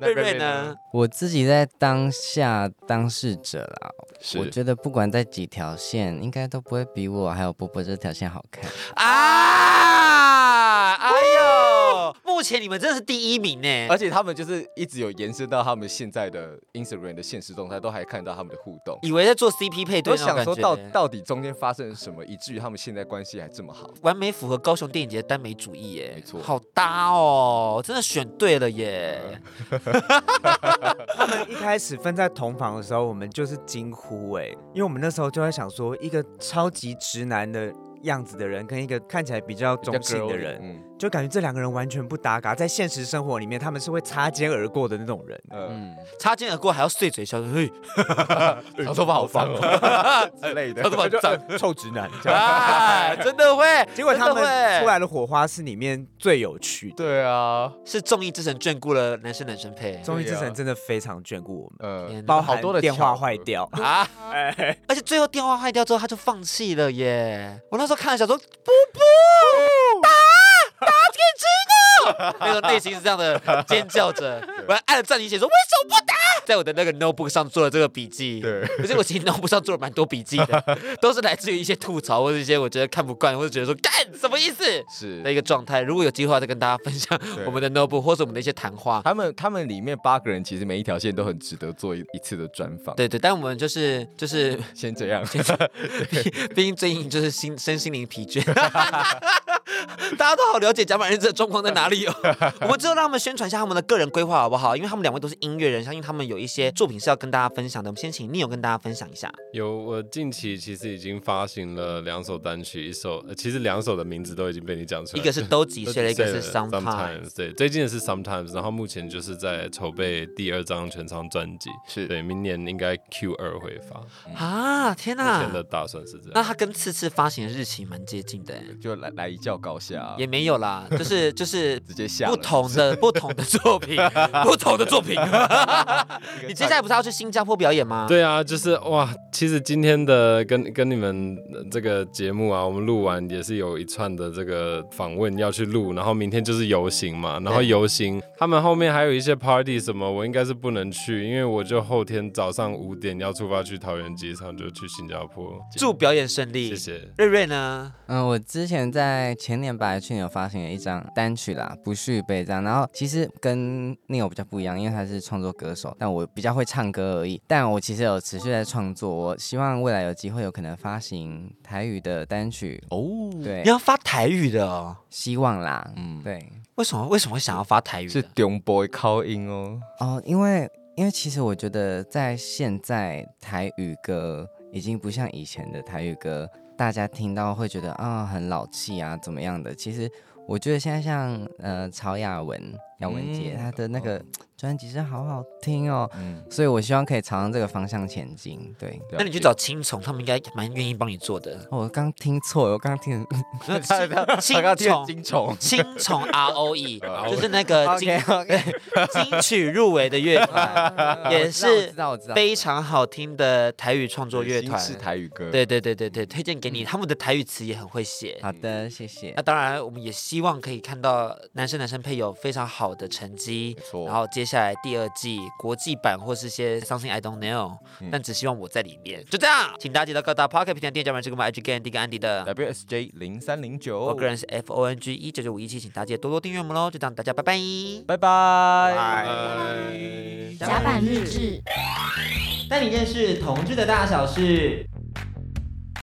Speaker 3: 那
Speaker 2: 瑞瑞呢？？
Speaker 1: 我自己在当下当事者啦，我
Speaker 3: 是
Speaker 1: 觉得不管在几条线，应该都不会比我还有波波这条线好看。
Speaker 2: 啊，哎呦，目前你们真的是第一名呢
Speaker 3: 而。且他们就是一直有延伸到他们现在的 Instagram 的现实动态，都还看到他们的互动。
Speaker 2: 以为在做 CP 配对
Speaker 3: 我
Speaker 2: 那种
Speaker 3: 想
Speaker 2: 感
Speaker 3: 说到
Speaker 2: 觉，
Speaker 3: 到底中间发生了什么，以至于他们现在关系还这么好？
Speaker 2: 完美符合高雄电影节的耽美主义耶，
Speaker 3: 没错
Speaker 2: 好搭哦，真的选对了
Speaker 4: 啊
Speaker 2: 耶。
Speaker 4: 他们一开始分在同房的时候，我们就是惊呼哎、因为我们那时候就在想说，一个超级直男的样子的人，跟一个看起来比较中性的人，
Speaker 3: 嗯
Speaker 4: 就感觉这两个人完全不搭嘎。在现实生活里面，他们是会擦肩而过的那种人。
Speaker 3: 呃，
Speaker 1: 嗯，
Speaker 2: 擦肩而过还要碎嘴笑，嘿，
Speaker 3: 长头发好脏哦之类的，
Speaker 4: 我 就呃臭直男这样。
Speaker 3: 啊
Speaker 2: 哎，真的会，
Speaker 4: 结果他们
Speaker 2: 真的会
Speaker 4: 出来的火花是里面最有趣的。
Speaker 3: 对啊，
Speaker 2: 是综艺之神眷顾了男生男生配
Speaker 4: 综艺之
Speaker 3: 对
Speaker 4: 神
Speaker 3: 啊
Speaker 4: 真的非常眷顾我们，
Speaker 3: 呃，
Speaker 2: 天哪
Speaker 4: 包
Speaker 3: 好
Speaker 4: 含
Speaker 3: 多的
Speaker 4: 电话
Speaker 3: 巧合
Speaker 4: 坏掉，
Speaker 2: 啊！
Speaker 4: 哎，
Speaker 2: 而且最后电话坏掉之后，他就放弃了耶。我那时候看了想说，不不，打打给知道， 那时候内心是这样的尖叫 着，我还按了暂停键说为什么不打？在我的那个 notebook 上做了这个笔记，
Speaker 3: 对，
Speaker 2: 可是我其实 notebook 上做了蛮多笔记的，都是来自于一些吐槽或者一些我觉得看不惯或者觉得说干什么意思
Speaker 3: 是
Speaker 2: 的一个状态。如果有机会的话，再跟大家分享
Speaker 3: 对
Speaker 2: 我们的 notebook 或者我们的一些谈话。
Speaker 3: 他们他们里面八个人，其实每一条线都很值得做一一次的专访。，
Speaker 2: 对对，但我们就是就是
Speaker 3: 先这样。
Speaker 2: 毕竟最近就是心身心灵疲倦， 大家都好了解甲板日志的状况在哪里哦。我们之后让他们宣传一下他们的个人规划好不好？因为他们两位都是音乐人，相信他们有一些作品是要跟大家分享的。我们先请 Neil 跟大家分享一下。
Speaker 5: 有，我近期其实已经发行了两首单曲，一首、呃其实两首的名字都已经被你讲出
Speaker 2: 一
Speaker 5: 来，
Speaker 2: 个是都几岁了，一个是 Sometimes。
Speaker 5: sometimes，对，最近的是 sometimes，然后目前就是在筹备第二张全唱专辑，
Speaker 3: 是
Speaker 5: 对，明年应该 Q 二会发，目
Speaker 2: 啊，天
Speaker 5: 前的
Speaker 2: 哪！
Speaker 5: 打算是这
Speaker 2: 那
Speaker 5: 样。
Speaker 2: 他跟次次发行的日期蛮接近的，欸
Speaker 3: 就来来一较高下嗯啊，
Speaker 2: 也没有啦，就是就是
Speaker 3: 直接下了
Speaker 2: 不同的不同的作品，不同的作品。 你接下来不是要去新加坡表演吗？
Speaker 5: 对啊，就是哇，其实今天的跟跟你们呃这个节目啊，我们录完也是有一串的这个访问要去录，然后明天就是游行嘛，然后
Speaker 2: 对
Speaker 5: 游行他们后面还有一些 party 什么，我应该是不能去，因为我就后天早上五点要出发去桃园机场，就去新加坡。
Speaker 2: 祝表演顺利。
Speaker 5: 谢谢。
Speaker 2: 瑞瑞呢？
Speaker 1: 嗯、我之前在前年吧，去年有发行了一张单曲啦，不续杯这样。然后其实跟 Neil 比较不一样，因为他是创作歌手，但我比较会唱歌而已。但我其实有持续在创作，我希望未来有机会有可能发行台语的单曲哦。对
Speaker 2: 你，要发台语的哦？
Speaker 1: 希望啦。嗯，
Speaker 3: 嗯
Speaker 1: 对。
Speaker 2: 为什么？为什么会想要发台语
Speaker 3: 是
Speaker 2: 的？
Speaker 3: 中波靠音哦，
Speaker 1: 哦，因为因为其实我觉得在现在台语歌已经不像以前的台语歌，大家听到会觉得啊、很老气啊怎么样的。其实我觉得现在像呃曹雅文廖文杰，
Speaker 3: 嗯
Speaker 1: 他的那个
Speaker 2: 哦
Speaker 1: 专辑是好好听哦，
Speaker 3: 嗯，啊
Speaker 1: 所以我希望可以朝向这个方向前进。对，
Speaker 3: 了
Speaker 2: 那你去
Speaker 3: 解
Speaker 2: 找青虫，他们应该蛮愿意帮你做 的。
Speaker 1: 哦我刚听错了，我刚听
Speaker 3: 他他
Speaker 2: 青
Speaker 3: 他刚听
Speaker 2: 虫
Speaker 3: 金虫，
Speaker 2: 青虫 R O E 就是那个金
Speaker 1: OK，
Speaker 2: 金曲入围的乐团， 也是
Speaker 1: 知道 我知道，
Speaker 2: 非常好听的台语创作乐团。
Speaker 3: 是台语歌，
Speaker 2: 对对对对对，推荐给
Speaker 3: 嗯
Speaker 2: 你，他们的台语词也很会写。
Speaker 1: 好的，谢谢
Speaker 2: 那。当然，我们也希望可以看到男生男生配有非常好的成绩
Speaker 3: 没。错，
Speaker 2: 然后接下来第二季国际版或是些 something I don't know，、但
Speaker 3: 嗯
Speaker 2: 只希望我在里面。就这样，请大家记得各大 Pocket 平台店家们这个买 IG Game 第一个安迪的。
Speaker 3: WSJ 零三零
Speaker 2: 我
Speaker 3: 九
Speaker 2: 个，人是 F O N G 一九九五一七，请大家记得多多订阅我们喽。就这样，大家拜拜。
Speaker 3: 拜拜。
Speaker 4: 哎
Speaker 5: 拜。
Speaker 7: 甲板日志。
Speaker 2: 带你认识同志的大小事。